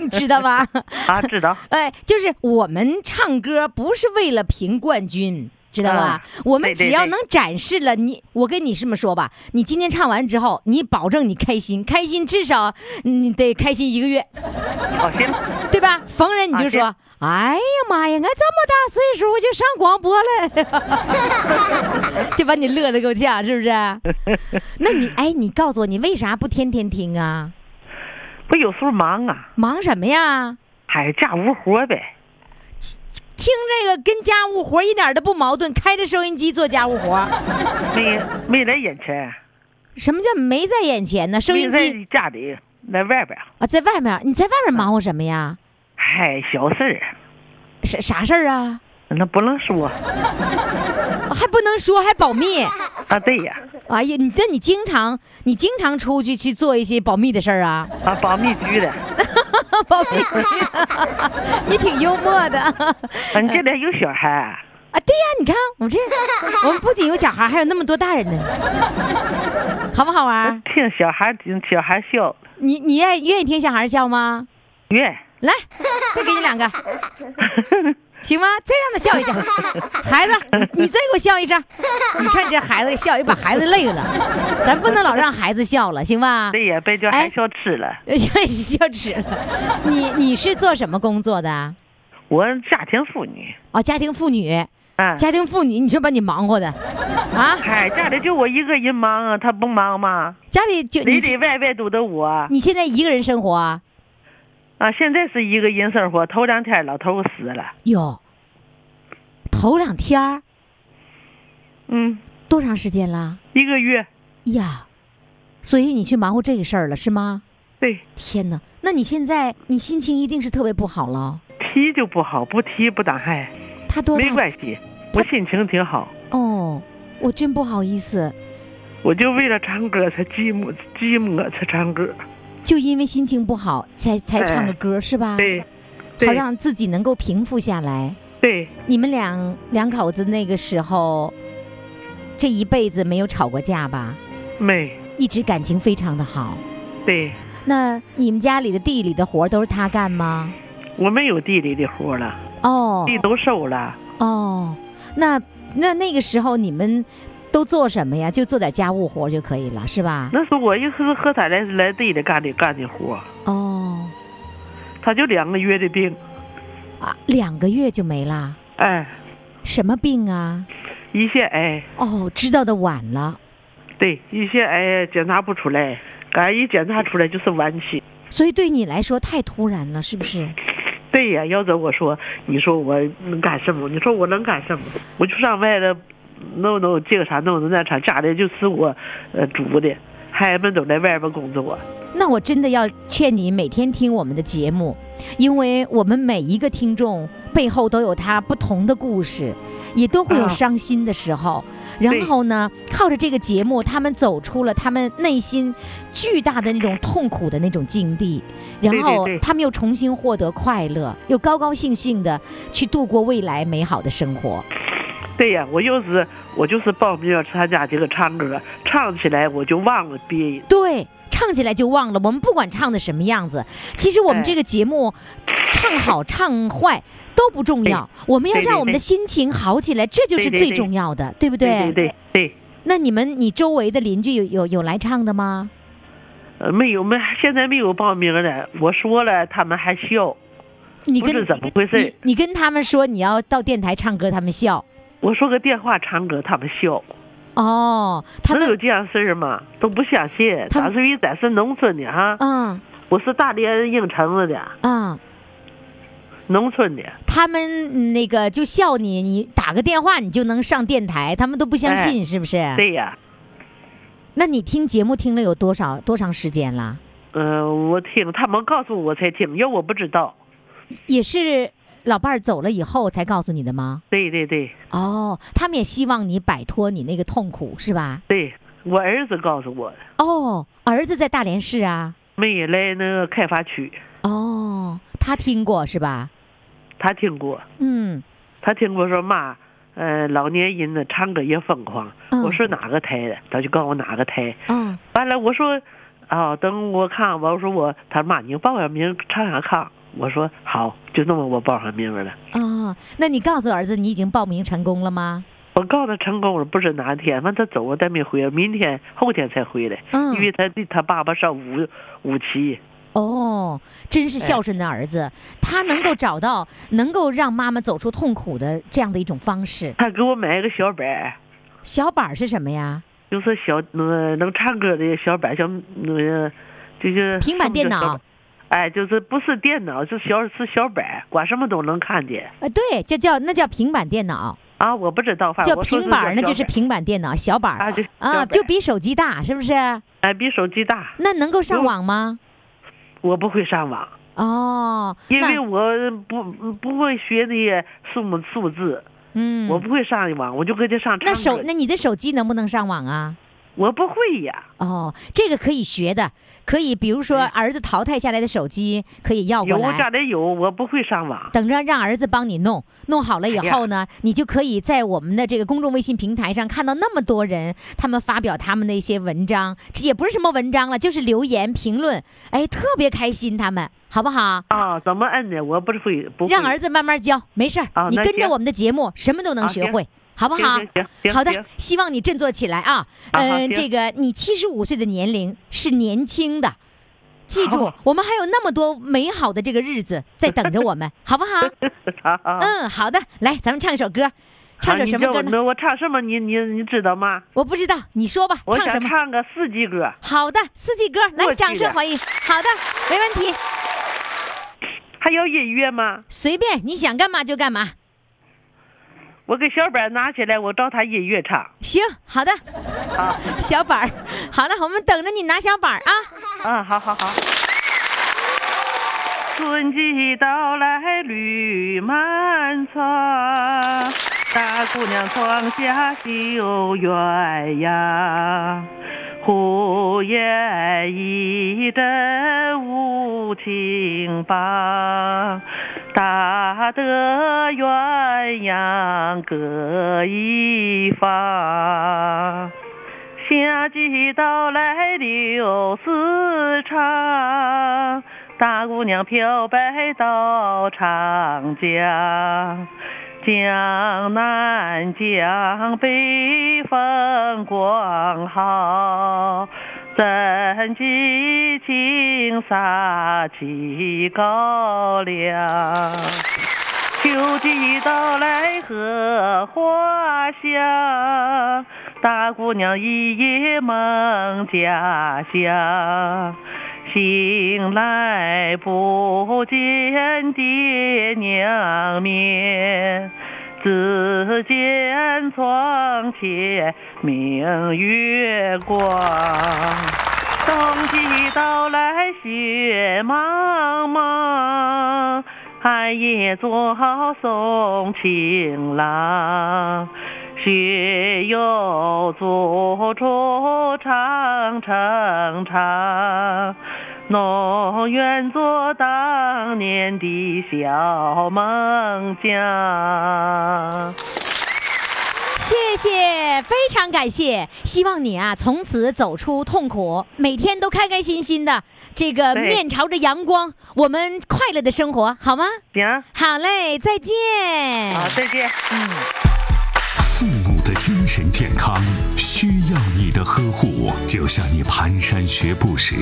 Speaker 2: 你知道吧？
Speaker 5: 啊，知道，
Speaker 2: 哎，就是我们唱歌不是为了评冠军。知道吧？
Speaker 5: 啊
Speaker 2: 我们
Speaker 5: 对对
Speaker 2: 只要
Speaker 5: 对
Speaker 2: 能展示了你，我跟你这么说吧，你今天唱完之后，你保证你开心，开心至少你得开心一个月，
Speaker 5: 好哦行了，
Speaker 2: 对吧？逢人你就
Speaker 5: 啊
Speaker 2: 说，
Speaker 5: 是
Speaker 2: 哎呀妈呀，俺这么大岁数我就上广播 了，就把你乐得够呛， 是不是？那你哎，你告诉我，你为啥不天天听啊？
Speaker 5: 我有时候忙啊，
Speaker 2: 忙什么呀？
Speaker 5: 哎，家务活呗，
Speaker 2: 听这个跟家务活一点都不矛盾，开着收音机做家务活，
Speaker 5: 没没在眼前，
Speaker 2: 什么叫没在眼前呢？收
Speaker 5: 没
Speaker 2: 音
Speaker 5: 在
Speaker 2: 机
Speaker 5: 家里，在外边儿，
Speaker 2: 啊，在外面，你在外面忙活什么呀？
Speaker 5: 嗨，哎小事儿，
Speaker 2: 啥啥事儿啊？
Speaker 5: 那不能说
Speaker 2: 还不能说，还保密。
Speaker 5: 啊，对呀，
Speaker 2: 哎呀，你那你经常你经常出去去做一些保密的事儿啊？
Speaker 5: 啊，保密局的，
Speaker 2: 保密局， 你挺幽默的啊！
Speaker 5: 俺这里有小孩，
Speaker 2: 对呀、你看我们这，我们不仅有小孩，还有那么多大人呢，好不好玩？
Speaker 5: 听小孩听小孩笑，
Speaker 2: 你你愿愿意听小孩笑吗？
Speaker 5: 愿
Speaker 2: 来，再给你两个，行吗？再让他笑一下，孩子，你再给我笑一声。你看这孩子笑，又把孩子累了，咱不能老让孩子笑了，行吧？
Speaker 5: 对呀，别叫
Speaker 2: 哎
Speaker 5: 孩笑吃了，
Speaker 2: 笑死了。你你是做什么工作的啊？
Speaker 5: 我家庭妇女，
Speaker 2: 哦，家庭妇女。
Speaker 5: 啊，
Speaker 2: 家庭妇女，你说把你忙活的，啊，
Speaker 5: 嗨，家里就我一个人忙啊，他不忙吗？
Speaker 2: 家里就
Speaker 5: 里
Speaker 2: 你
Speaker 5: 里外外都得我啊！
Speaker 2: 你现在一个人生活啊？
Speaker 5: 现在是一个人生活，头两天老头死了，
Speaker 2: 有，头两天儿
Speaker 5: 嗯，
Speaker 2: 多长时间了？
Speaker 5: 一个月，
Speaker 2: 呀，所以你去忙活这个事儿了是吗？
Speaker 5: 对，
Speaker 2: 天哪，那你现在你心情一定是特别不好了。
Speaker 5: 提就不好，不提不打嗨，
Speaker 2: 他多大
Speaker 5: 没关
Speaker 2: 岁
Speaker 5: 系，我心情挺好。
Speaker 2: 哦，我真不好意思，
Speaker 5: 我就为了唱歌才寂寞，寂寞才唱歌。
Speaker 2: 就因为心情不好才才唱个
Speaker 5: 哎
Speaker 2: 歌、是吧？
Speaker 5: 对，
Speaker 2: 好
Speaker 5: 对
Speaker 2: 让自己能够平复下来。
Speaker 5: 对，
Speaker 2: 你们两两口子那个时候，这一辈子没有吵过架吧？
Speaker 5: 没
Speaker 2: 一直感情非常的好。
Speaker 5: 对，
Speaker 2: 那你们家里的地里的活儿都是他干吗？
Speaker 5: 我没有地里的活了，
Speaker 2: 哦
Speaker 5: 地都收了。
Speaker 2: 哦，那那那个时候你们都做什么呀？就做点家务活儿就可以了，是吧？
Speaker 5: 那时候我一和和他来来地里干的干的活，
Speaker 2: 哦
Speaker 5: 他就两个月的病，
Speaker 2: 啊，两个月就没啦，
Speaker 5: 哎，
Speaker 2: 什么病啊？
Speaker 5: 胰腺癌，
Speaker 2: 哦，知道的晚了，
Speaker 5: 对，胰腺癌检查不出来，赶一检查出来就是晚期。
Speaker 2: 所以对你来说太突然了，是不是？
Speaker 5: 对呀，要是我说，你说我能干什么？你说我能干什么？我就上外头弄弄这个啥弄弄那啥，家里就是我呃主的，孩子们都在外边工作。
Speaker 2: 那我真的要劝你每天听我们的节目，因为我们每一个听众背后都有他不同的故事，也都会有
Speaker 5: 啊
Speaker 2: 伤心的时候。然后呢，靠着这个节目，他们走出了他们内心巨大的那种痛苦的那种境地，然
Speaker 5: 对对
Speaker 2: 后
Speaker 5: 对
Speaker 2: 他们又重新获得快乐，又高高兴兴的去度过未来美好的生活。
Speaker 5: 对呀，我就是我就是报名要参加这个唱歌，唱起来我就忘了别人。
Speaker 2: 对，唱起来就忘了。我们不管唱的什么样子，其实我们
Speaker 5: 对
Speaker 2: 这个节目，唱好唱坏都不重要，我们要
Speaker 5: 对对
Speaker 2: 让我们的
Speaker 5: 对
Speaker 2: 心情好起来，这就是
Speaker 5: 对对
Speaker 2: 最
Speaker 5: 对
Speaker 2: 重要的，对不
Speaker 5: 对对对，
Speaker 2: 那你们，你周围的邻居有有有来唱的吗？
Speaker 5: 呃，没有没现在没有报名的，我说了他们还笑，
Speaker 2: 你
Speaker 5: 不
Speaker 2: 跟
Speaker 5: 是怎么回
Speaker 2: 你
Speaker 5: 事？
Speaker 2: 你跟他们说你要到电台唱歌，他们笑。
Speaker 5: 我说个电话唱歌，他们笑，
Speaker 2: 哦，他
Speaker 5: 能有
Speaker 2: 们
Speaker 5: 这样事儿吗？都不相信。
Speaker 2: 他们
Speaker 5: 咱是因为咱是农村的哈，
Speaker 2: 啊
Speaker 5: 我是大连应城子的，
Speaker 2: 啊、
Speaker 5: 农村的。
Speaker 2: 他们嗯那个就笑你，你打个电话你就能上电台，他们都不相
Speaker 5: 哎
Speaker 2: 信，是不是？
Speaker 5: 对呀，
Speaker 2: 那你听节目听了有多少多长时间了？
Speaker 5: 呃，我听他们告诉我才听，要我不知道。
Speaker 2: 也是老伴儿走了以后才告诉你的吗？
Speaker 5: 对对对
Speaker 2: 哦，他们也希望你摆脱你那个痛苦，是吧？
Speaker 5: 对，我儿子告诉我的，
Speaker 2: 哦，儿子在大连市啊。
Speaker 5: 没也来那个开发区，
Speaker 2: 哦，他听过是吧？
Speaker 5: 他听过，
Speaker 2: 嗯，
Speaker 5: 他听过说妈，呃，老年人呢唱歌也疯狂。
Speaker 2: 嗯
Speaker 5: 我说哪个台的，他就告诉我哪个台。
Speaker 2: 啊、
Speaker 5: 完了，我说，啊、等我看完，我说我，他说妈，你报上名唱上看。我说好，就那么我报上名了。
Speaker 2: 啊、那你告诉儿子你已经报名成功了吗？
Speaker 5: 我告诉他成功了，不是哪天，完他走我再没回来，明天后天才回来，
Speaker 2: 嗯
Speaker 5: 因为他对他爸爸上五五期，
Speaker 2: 哦，真是孝顺的儿子，他能够找到能够让妈妈走出痛苦的这样的一种方式。
Speaker 5: 他给我买一个小板儿，
Speaker 2: 小板儿是什么呀？
Speaker 5: 就是小呃能唱歌的小板儿，小呃就是
Speaker 2: 平板电脑
Speaker 5: 什么叫小板儿。哎，就是不是电脑，是小是小板儿，管什么都能看见
Speaker 2: 呃，对，这叫那叫平板电脑，
Speaker 5: 啊！我不知道，反
Speaker 2: 叫
Speaker 5: 正我说
Speaker 2: 平板儿，那
Speaker 5: 叫
Speaker 2: 就是
Speaker 5: 小
Speaker 2: 平板电脑，小板
Speaker 5: 啊
Speaker 2: 儿
Speaker 5: 对
Speaker 2: 啊，
Speaker 5: 小板儿
Speaker 2: 就比手机大，是不是？
Speaker 5: 哎，比手机大。
Speaker 2: 那能够上
Speaker 5: 嗯
Speaker 2: 网吗？
Speaker 5: 我不会上网，
Speaker 2: 哦，
Speaker 5: 因为
Speaker 2: 那
Speaker 5: 我不不会学那些数目数字，
Speaker 2: 嗯，
Speaker 5: 我不会上网，我就搁这上唱
Speaker 2: 那
Speaker 5: 歌
Speaker 2: 手
Speaker 5: 去
Speaker 2: 那你的手机能不能上网啊？
Speaker 5: 我不会呀，
Speaker 2: 哦，这个可以学的，可以，比如说儿子淘汰下来的手机可以要过
Speaker 5: 嗯有我家
Speaker 2: 来，
Speaker 5: 里有，我不会上网。
Speaker 2: 等着让儿子帮你弄，弄好了以
Speaker 5: 哎呀
Speaker 2: 后呢，你就可以在我们的这个公众微信平台上看到那么多人，他们发表他们的一些文章，这也不是什么文章了，就是留言评论，哎，特别开心，他们好不好？
Speaker 5: 啊、怎么摁的？我不会，不会。
Speaker 2: 让儿子慢慢教，没事儿，
Speaker 5: 啊
Speaker 2: 你
Speaker 5: 那
Speaker 2: 跟着
Speaker 5: 行
Speaker 2: 我们的节目，什么都能
Speaker 5: 啊
Speaker 2: 学
Speaker 5: 行
Speaker 2: 会，好不
Speaker 5: 行
Speaker 2: 好
Speaker 5: 行行？行
Speaker 2: 好的
Speaker 5: 行，
Speaker 2: 希望你振作起来啊！
Speaker 5: 啊好
Speaker 2: 嗯，
Speaker 5: 行
Speaker 2: 这个你七十五岁的年龄是年轻的，记住
Speaker 5: 好，
Speaker 2: 我们还有那么多美好的这个日子在等着我 们，好不好？
Speaker 5: 啊啊！
Speaker 2: 嗯，好的，来，咱们唱首歌，唱首什么歌
Speaker 5: 啊你
Speaker 2: 呢？
Speaker 5: 叫我我唱什么？你你你知道吗？
Speaker 2: 我不知道，你说吧，
Speaker 5: 我
Speaker 2: 唱什
Speaker 5: 想
Speaker 2: 么？
Speaker 5: 唱个四季歌。
Speaker 2: 好的，四季歌，来，
Speaker 5: 过去
Speaker 2: 掌声
Speaker 5: 的
Speaker 2: 欢迎。好的，没问题，
Speaker 5: 还有音乐吗？
Speaker 2: 随便你想干嘛就干嘛。
Speaker 5: 我给小板拿起来，我照他音乐唱。
Speaker 2: 行，好的，
Speaker 5: 好
Speaker 2: 小板儿，好了，我们等着你拿小板儿啊。
Speaker 5: 啊，好好好。春季到来绿满窗，大姑娘窗下绣鸳鸯。胡言一阵无情棒，打得鸳鸯各一方。夏季到来柳丝长，大姑娘漂白到长江，江南江北风光好，怎及青纱起高粱。秋季到来荷花香，大姑娘一夜梦家乡，醒来不见爹娘面。
Speaker 8: 只见窗前明月光，冬季到来雪茫茫。寒夜作好送情郎，雪又阻出长长长。农园做当年的小孟姜。
Speaker 2: 谢谢，非常感谢。希望你啊，从此走出痛苦，每天都开开心心的，这个
Speaker 8: 对
Speaker 2: 面朝着阳光，我们快乐的生活，好吗？
Speaker 8: 行，
Speaker 2: 好嘞，再见。
Speaker 8: 好，再见。
Speaker 3: 父母的精神健康需要你的呵护，就像你蹒跚学步时，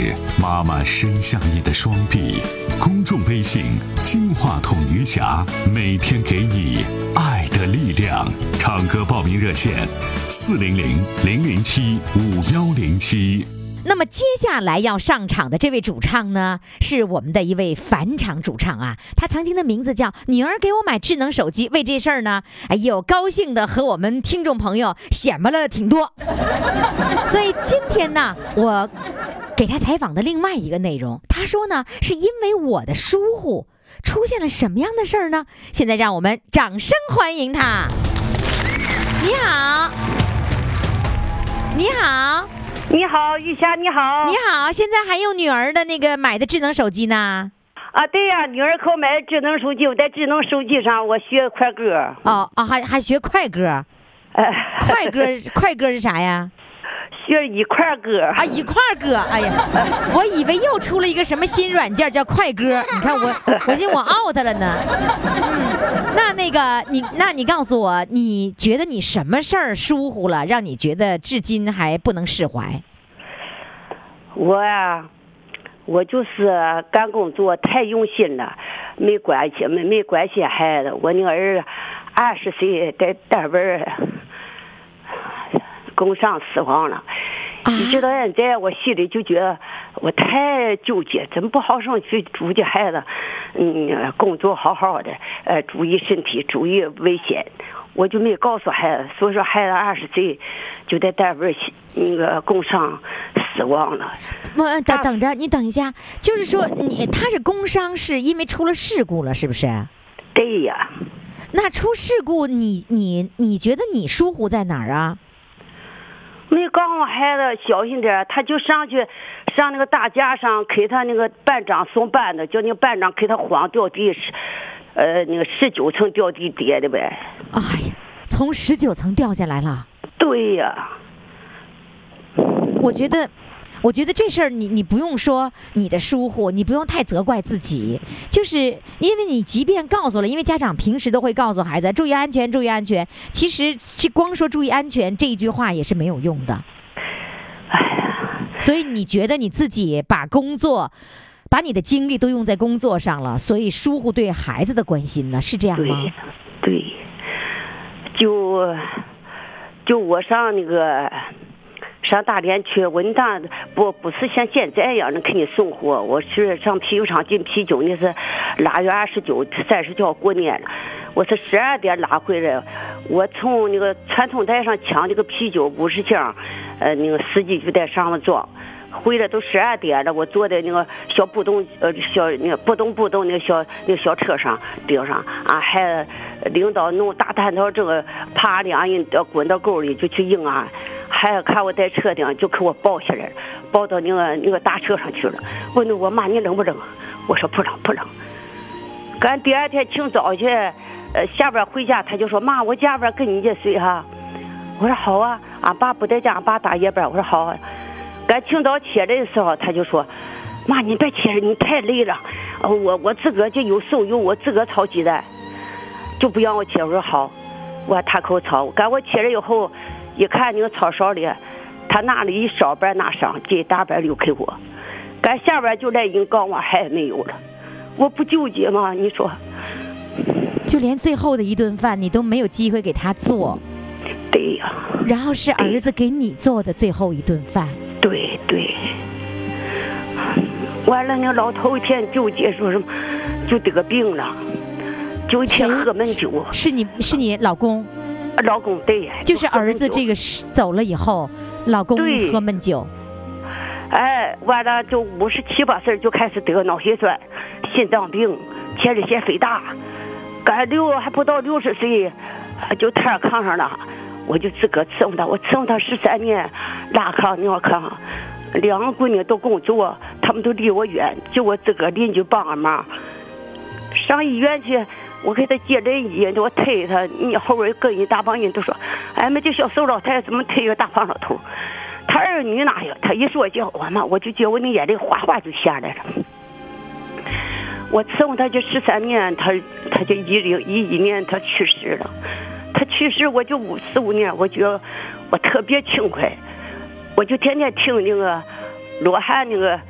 Speaker 3: 妈妈伸向你的双臂。公众微信“金话筒余霞”，每天给你爱的力量。唱歌报名热线：四零零零零七五幺零七。
Speaker 2: 那么接下来要上场的这位主唱呢，是我们的一位返场主唱啊。他曾经的名字叫“女儿给我买智能手机”，为这事儿呢，哎呦，高兴的和我们听众朋友显摆了挺多。 所以今天呢，我给他采访的另外一个内容，他说呢，是因为我的疏忽出现了什么样的事儿呢？现在让我们掌声欢迎他。你好，你好。
Speaker 5: 你好，玉霞，你好。
Speaker 2: 你好，现在还用女儿的那个买的智能手机呢？
Speaker 5: 啊，对呀、女儿给我买的智能手机，我在智能手机上我学快歌，
Speaker 2: 哦哦，还还学快歌，
Speaker 5: 哎，
Speaker 2: 快歌快歌是啥呀？
Speaker 5: 学一块歌。
Speaker 2: 啊，一块儿歌，哎呀，我以为又出了一个什么新软件叫快歌，你看我，我寻思我 out 了呢。嗯，那那个你，那你告诉我，你觉得你什么事儿疏忽了，让你觉得至今还不能释怀？
Speaker 5: 我呀，我就是干工作太用心了，没关系，没没关系，孩子，我那个儿二十岁在单位儿工伤死亡了。一直到现在，我心里就觉得我太纠结，真不好生去主意孩子，嗯，工作好好的，呃，注意身体，注意危险，我就没告诉孩子，所以说孩子二十岁就在单位儿那个工伤死亡了。
Speaker 2: 不，等等着，你等一下，就是说你他是工伤，是因为出了事故了，是不是？
Speaker 5: 对呀，
Speaker 2: 那出事故，你你你觉得你疏忽在哪儿啊？
Speaker 5: 没告诉孩子小心点儿，他就上去上那个大架上给他那个班长送班的，叫那个班长给他晃掉地，呃，那个十九层掉地跌的呗。
Speaker 2: 哎呀，从十九层掉下来了。
Speaker 5: 对呀、
Speaker 2: 我觉得，我觉得这事儿你你不用说你的疏忽，你不用太责怪自己，就是因为你即便告诉了，因为家长平时都会告诉孩子注意安全，注意安全。其实这光说注意安全这一句话也是没有用的。所以你觉得你自己把工作，把你的精力都用在工作上了，所以疏忽对孩子的关心了，是这样吗
Speaker 5: 对？，对，就就我上那个上大连去，我那不不是像现在一样能给你送货，我是上啤酒厂进啤酒，那是腊月二十九、三十就要过年了，我是十二点拉回来，我从那个传统台上抢这个啤酒五十箱，呃，那个司机就在上面装。回来都十二点了，我坐在那个小布动呃小那个不动不动那个小那个小车上顶上啊，还领导弄大探头这个啪两人呃滚到沟里就去硬啊，还看我在车顶就给我抱起来了，抱到那个那个大车上去了，问我妈你冷不冷？我说不冷不冷。赶第二天清早去，呃下班回家他就说妈我加班跟你一起睡哈、我说好啊，俺爸不在家，俺爸打夜班。我说好、啊。赶清早起来的时候，他就说：“妈，你别起来，你太累了，呃我我自个儿就有手有，我自个儿炒鸡蛋，就不让我起来。”我说好，我让他给我炒。赶我起来以后，一看那个炒勺里，他拿了一小半拿上，这一大半留给我。赶下边就来人告我还没有了，我不纠结吗？你说
Speaker 2: 就连最后的一顿饭你都没有机会给他做，
Speaker 5: 对呀、
Speaker 2: 然后是儿子给你做的最后一顿饭。
Speaker 5: 对对，完了，那老头一天纠结说什么，就得病了。就一天
Speaker 2: 谁
Speaker 5: 喝闷酒，
Speaker 2: 是你是你老公，
Speaker 5: 老公对，
Speaker 2: 就是儿子这
Speaker 5: 个，
Speaker 2: 个是走了以后，老公
Speaker 5: 对
Speaker 2: 喝闷酒，
Speaker 5: 哎，完了就五十七八岁就开始得脑血栓、心脏病、前列腺肥大，赶六还不到六十岁，就瘫炕上了，我就自个儿伺候他，我伺候他十三年，拉炕尿炕。两个闺女都工作，他们都离我远，就我自个儿邻居帮个忙。上医院去，我给他接轮椅，我推他，你后边跟一大帮人都说，哎妈，这小瘦老太太怎么推个大胖老头？他二女哪有？他一说叫我妈，我就觉得我那眼泪哗哗就下来了。我伺候他这十三年，他他就一零一一年他去世了，他去世我就五四五年，我觉得我特别轻快，我就天天听那个罗汉那个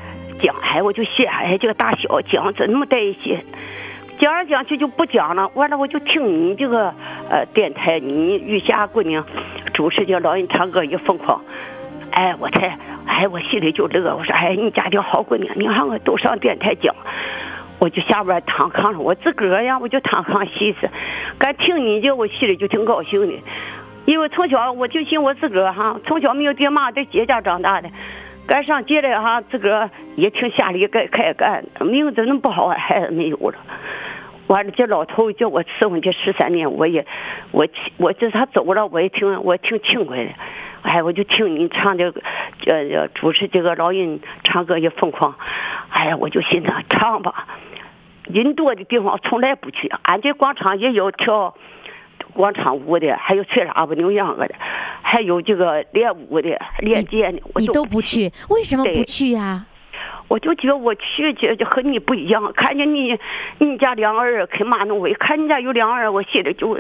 Speaker 5: 讲，哎，我就写哎这个大小讲怎么在一起，讲来讲去就不讲了，完了我就听你这个呃电台，你玉霞姑娘主持这老人唱歌也疯狂，哎，我才哎我心里就乐，我说哎你家这好姑娘，你看我都上电台讲。我就下边躺炕上，我自个儿呀，我就躺炕寻思，敢听你这，我心里就挺高兴的，因为从小我就信我自个儿哈，从小没有爹妈在街家长大的，该上街来哈，自个儿也挺下力，该该干，命怎么那么不好啊，孩子没有了。完了，这老头叫我伺候这十三年，我也，我起我这他走了，我也挺我也挺轻快的，哎，我就听你唱这个，呃，主持这个老人唱歌也疯狂，哎呀，我就寻思唱吧，人多的地方从来不去，俺这广场也有跳广场舞的，还有吹喇叭、扭秧歌的，还有这个练舞的、练剑的，我
Speaker 2: 你都不去，为什么不
Speaker 5: 对
Speaker 2: 去啊呀、
Speaker 5: 我就觉得我去去就和你不一样，看见你你家两个人跟妈弄我，一看你家有两个人，我心里就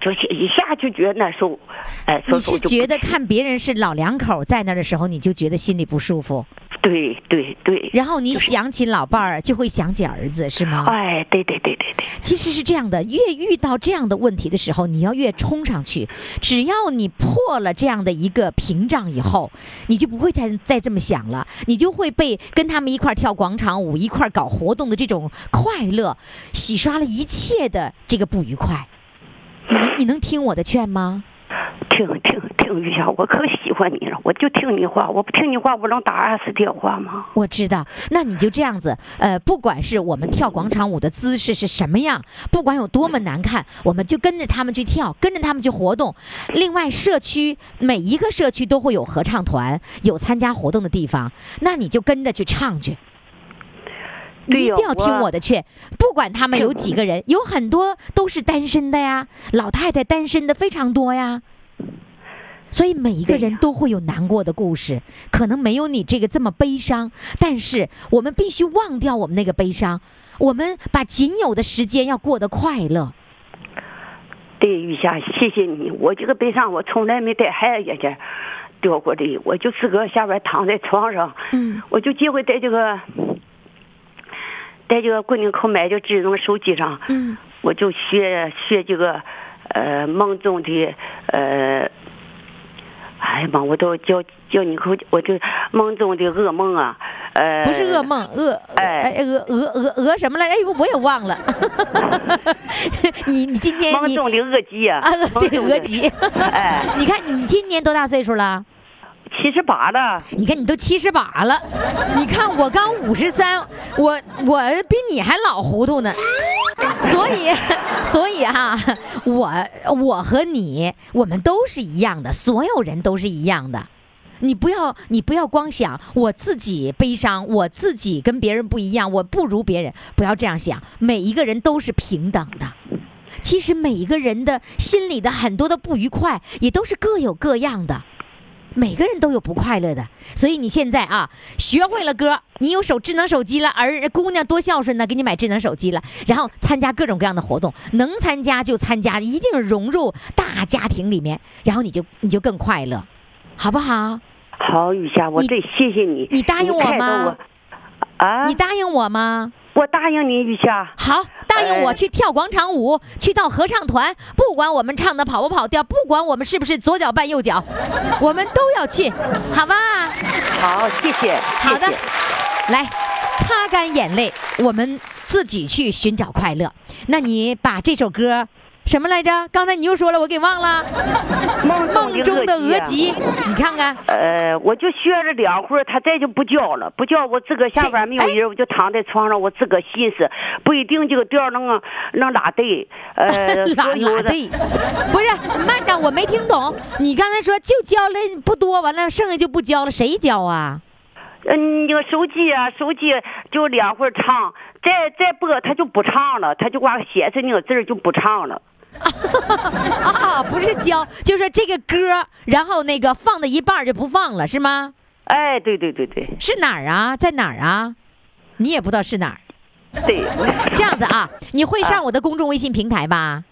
Speaker 5: 就是一下就觉得难受，哎，
Speaker 2: 你
Speaker 5: 所以说
Speaker 2: 是
Speaker 5: 我就
Speaker 2: 觉
Speaker 5: 不
Speaker 2: 得
Speaker 5: 去
Speaker 2: 看别人是老两口在那儿的时候，你就觉得心里不舒服，
Speaker 5: 对对对，
Speaker 2: 然后你想起老伴儿，就会想起儿子，是吗？
Speaker 5: 哎，对对对对对，
Speaker 2: 其实是这样的，越遇到这样的问题的时候，你要越冲上去。只要你破了这样的一个屏障以后，你就不会再再这么想了，你就会被跟他们一块儿跳广场舞、一块儿搞活动的这种快乐，洗刷了一切的这个不愉快。你能你能听我的劝吗？
Speaker 5: 听听听玉霞，我可喜欢你了，我就听你话，我不听你话，我能打二次电话吗？
Speaker 2: 我知道，那你就这样子，呃，不管是我们跳广场舞的姿势是什么样，不管有多么难看，我们就跟着他们去跳，跟着他们去活动。另外，社区每一个社区都会有合唱团，有参加活动的地方，那你就跟着去唱去。你
Speaker 5: 对
Speaker 2: 一
Speaker 5: 呀
Speaker 2: 定要听
Speaker 5: 我
Speaker 2: 我的劝，不管他们有几个人，有很多都是单身的呀，老太太单身的非常多呀。所以每一个
Speaker 5: 对呀
Speaker 2: 人都会有难过的故事，可能没有你这个这么悲伤，但是我们必须忘掉我们那个悲伤，我们把仅有的时间要过得快乐。
Speaker 5: 对，玉霞，谢谢你。我这个悲伤，我从来没在孩子眼前掉过泪，我就自个儿下边躺在床上，
Speaker 2: 嗯，
Speaker 5: 我就机会在这个，在这个桂林口买这智能手机上，
Speaker 2: 嗯，
Speaker 5: 我就学学这个，呃，梦中的，呃，哎呀妈，我都叫叫你口，我就梦中的噩梦啊，呃，
Speaker 2: 不是噩梦，噩
Speaker 5: 哎
Speaker 2: 哎鹅鹅鹅鹅什么来？哎呦，我也忘了。 你你今天
Speaker 5: 梦
Speaker 2: 你
Speaker 5: 中的恶疾啊
Speaker 2: 啊，
Speaker 5: 梦
Speaker 2: 对
Speaker 5: 中
Speaker 2: 鹅
Speaker 5: 的
Speaker 2: 吉，
Speaker 5: 哎，
Speaker 2: 你看你今年多大岁数了？
Speaker 5: 七十八了。
Speaker 2: 你看你都七十八了，你看我刚五十三，我我比你还老糊涂呢。所以， 所以哈、我我和你，我们都是一样的，所有人都是一样的。你不要，你不要光想我自己悲伤，我自己跟别人不一样，我不如别人，不要这样想。每一个人都是平等的。其实每一个人的心里的很多的不愉快，也都是各有各样的。每个人都有不快乐的，所以你现在啊，学会了歌，你有手智能手机了，儿姑娘多孝顺呢，给你买智能手机了，然后参加各种各样的活动，能参加就参加，一定融入大家庭里面，然后你就你就更快乐，好不好？
Speaker 5: 好，雨霞，我
Speaker 2: 你
Speaker 5: 得谢谢你。
Speaker 2: 你答应我
Speaker 5: 看到
Speaker 2: 吗
Speaker 5: 我？啊，
Speaker 2: 你答应我吗？
Speaker 5: 我答应你，雨霞。
Speaker 2: 好，答应我
Speaker 5: 哎
Speaker 2: 去跳广场舞，去到合唱团，不管我们唱的跑不跑调，不管我们是不是左脚绊右脚，我们都要去，好吧？
Speaker 5: 好，谢谢。
Speaker 2: 好的
Speaker 5: 谢谢，
Speaker 2: 来，擦干眼泪，我们自己去寻找快乐。那你把这首歌什么来着？刚才你又说了，我给忘了。梦中的
Speaker 5: 鹅
Speaker 2: 额吉，你看看，
Speaker 5: 呃，我就学了两会儿，他再就不叫了，不叫我自个下班没有人，我就躺在床上，我自个寻思，不一定这个调能能拉对， 呃，
Speaker 2: 拉
Speaker 5: 所有
Speaker 2: 拉
Speaker 5: 的
Speaker 2: 队，不是慢着，我没听懂。你刚才说就交了不多，完了剩下就不交了，谁交啊？
Speaker 5: 嗯，那个手机啊，手机就两会儿唱，再再播他就不唱了，他就光写着那个字儿就不唱了。
Speaker 2: 啊，不是交，就是这个歌，然后那个放到一半儿就不放了，是吗？
Speaker 5: 哎，对对对对
Speaker 2: 是哪儿啊？在哪儿啊？你也不知道是哪儿。
Speaker 5: 对，
Speaker 2: 这样子啊，你会上我的公众微信平台吧？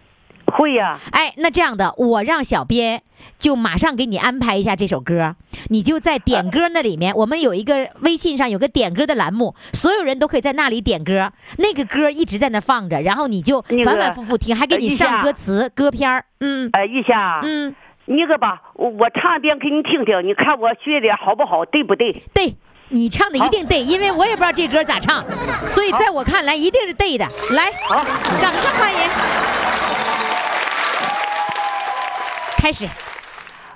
Speaker 5: 会呀、
Speaker 2: 哎，那这样的，我让小编就马上给你安排一下这首歌，你就在点歌那里面，我们有一个微信上有个点歌的栏目，所有人都可以在那里点歌，那个歌一直在那放着，然后你就
Speaker 5: 那个
Speaker 2: 反反复复听，还给你
Speaker 5: 呃一
Speaker 2: 上
Speaker 5: 下
Speaker 2: 歌词、歌片儿，嗯
Speaker 5: 呃，玉霞，
Speaker 2: 嗯，
Speaker 5: 那个吧，我我唱一遍给你听听，你看我学的好不好，对不对？
Speaker 2: 对。你唱的一定对，因为我也不知道这歌咋唱，所以在我看来一定是对的。来，
Speaker 5: 好
Speaker 2: 掌声欢迎，开始。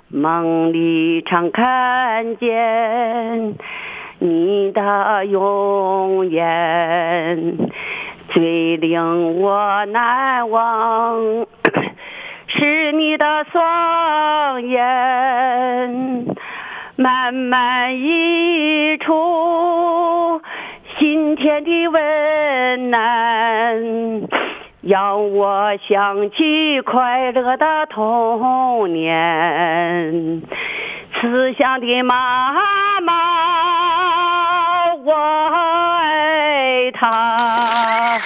Speaker 5: 梦里常看见你的容颜，最令我难忘 是你的双眼，慢慢溢出心田的温暖。让我想起快乐的童年，慈祥的妈妈，我爱她，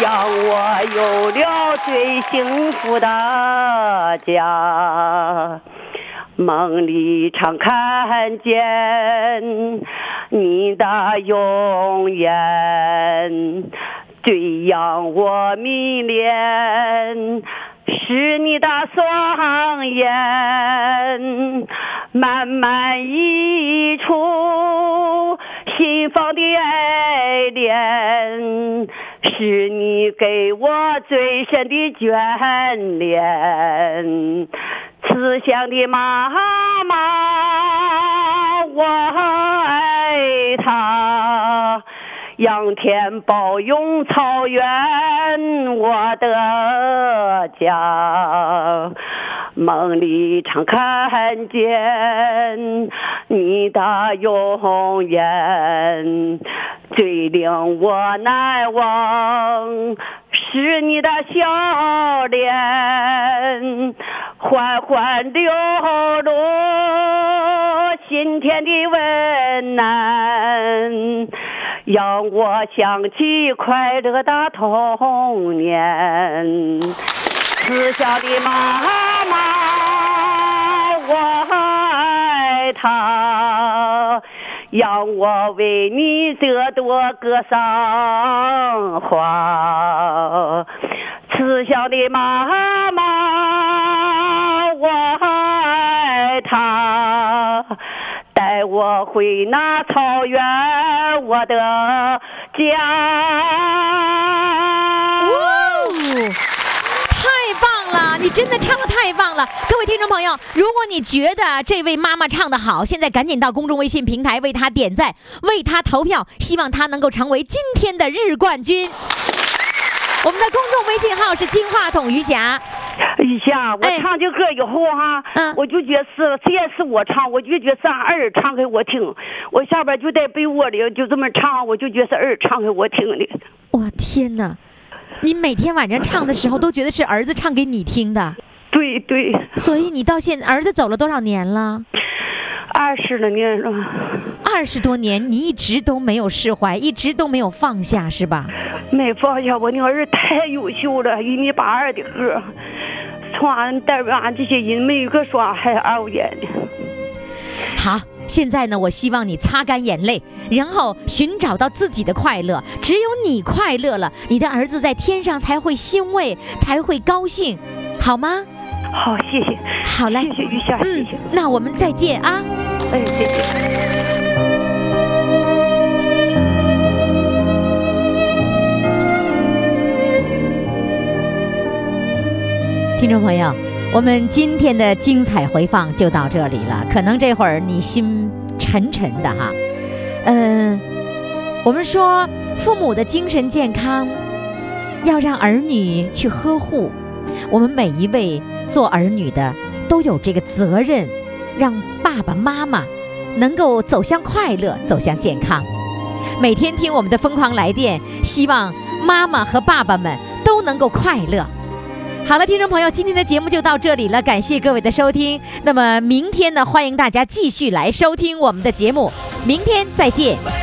Speaker 5: 让我有了最幸福的家。梦里常看见你的容颜，最让我迷恋是你的双眼，慢慢溢出心房的爱恋，是你给我最深的眷恋。慈祥的妈妈，我爱她。仰天保佑草原，我的家。梦里常看见你的容颜，最令我难忘是你的笑脸，缓缓流落心田的温暖。让我想起快乐的童年。慈祥的妈妈，我爱她，让我为你朵朵格桑花。慈祥的妈妈，我爱她。带我回那草原，我的家。
Speaker 2: 哇哦，太棒了！你真的唱的太棒了，各位听众朋友，如果你觉得这位妈妈唱的好，现在赶紧到公众微信平台为她点赞，为她投票，希望她能够成为今天的日冠军。我们的公众微信号是金话筒余霞，
Speaker 5: 一下，我
Speaker 2: 哎
Speaker 5: 唱这歌以后哈，
Speaker 2: 嗯
Speaker 5: 我就觉是，虽然是我唱，我就觉是俺儿唱给我听。我下边就在被窝里就这么唱，我就觉是儿唱给我听的。
Speaker 2: 我天哪！你每天晚上唱的时候，都觉得是儿子唱给你听的，
Speaker 5: 对对，
Speaker 2: 所以你到现儿子走了多少年了？
Speaker 5: 二十来年了，
Speaker 2: 二十多年，你一直都没有释怀，一直都没有放下，是吧？
Speaker 5: 没放下我那个儿太优秀了，一米八二的个儿，从俺带着俺这些人没有一个说俺还二五眼的。
Speaker 2: 好，现在呢，我希望你擦干眼泪，然后寻找到自己的快乐。只有你快乐了，你的儿子在天上才会欣慰，才会高兴，好吗？
Speaker 5: 好，谢谢，
Speaker 2: 好嘞
Speaker 5: 谢谢玉霞，谢
Speaker 2: 嗯
Speaker 5: 谢，，
Speaker 2: 那我们再见啊。
Speaker 5: 哎，谢谢。
Speaker 2: 听众朋友，我们今天的精彩回放就到这里了。可能这会儿你心沉沉的哈，嗯、我们说父母的精神健康要让儿女去呵护，我们每一位做儿女的都有这个责任，让爸爸妈妈能够走向快乐，走向健康。每天听我们的疯狂来电，希望妈妈和爸爸们都能够快乐。好了，听众朋友，今天的节目就到这里了，感谢各位的收听。那么明天呢，欢迎大家继续来收听我们的节目，明天再见。
Speaker 1: 贝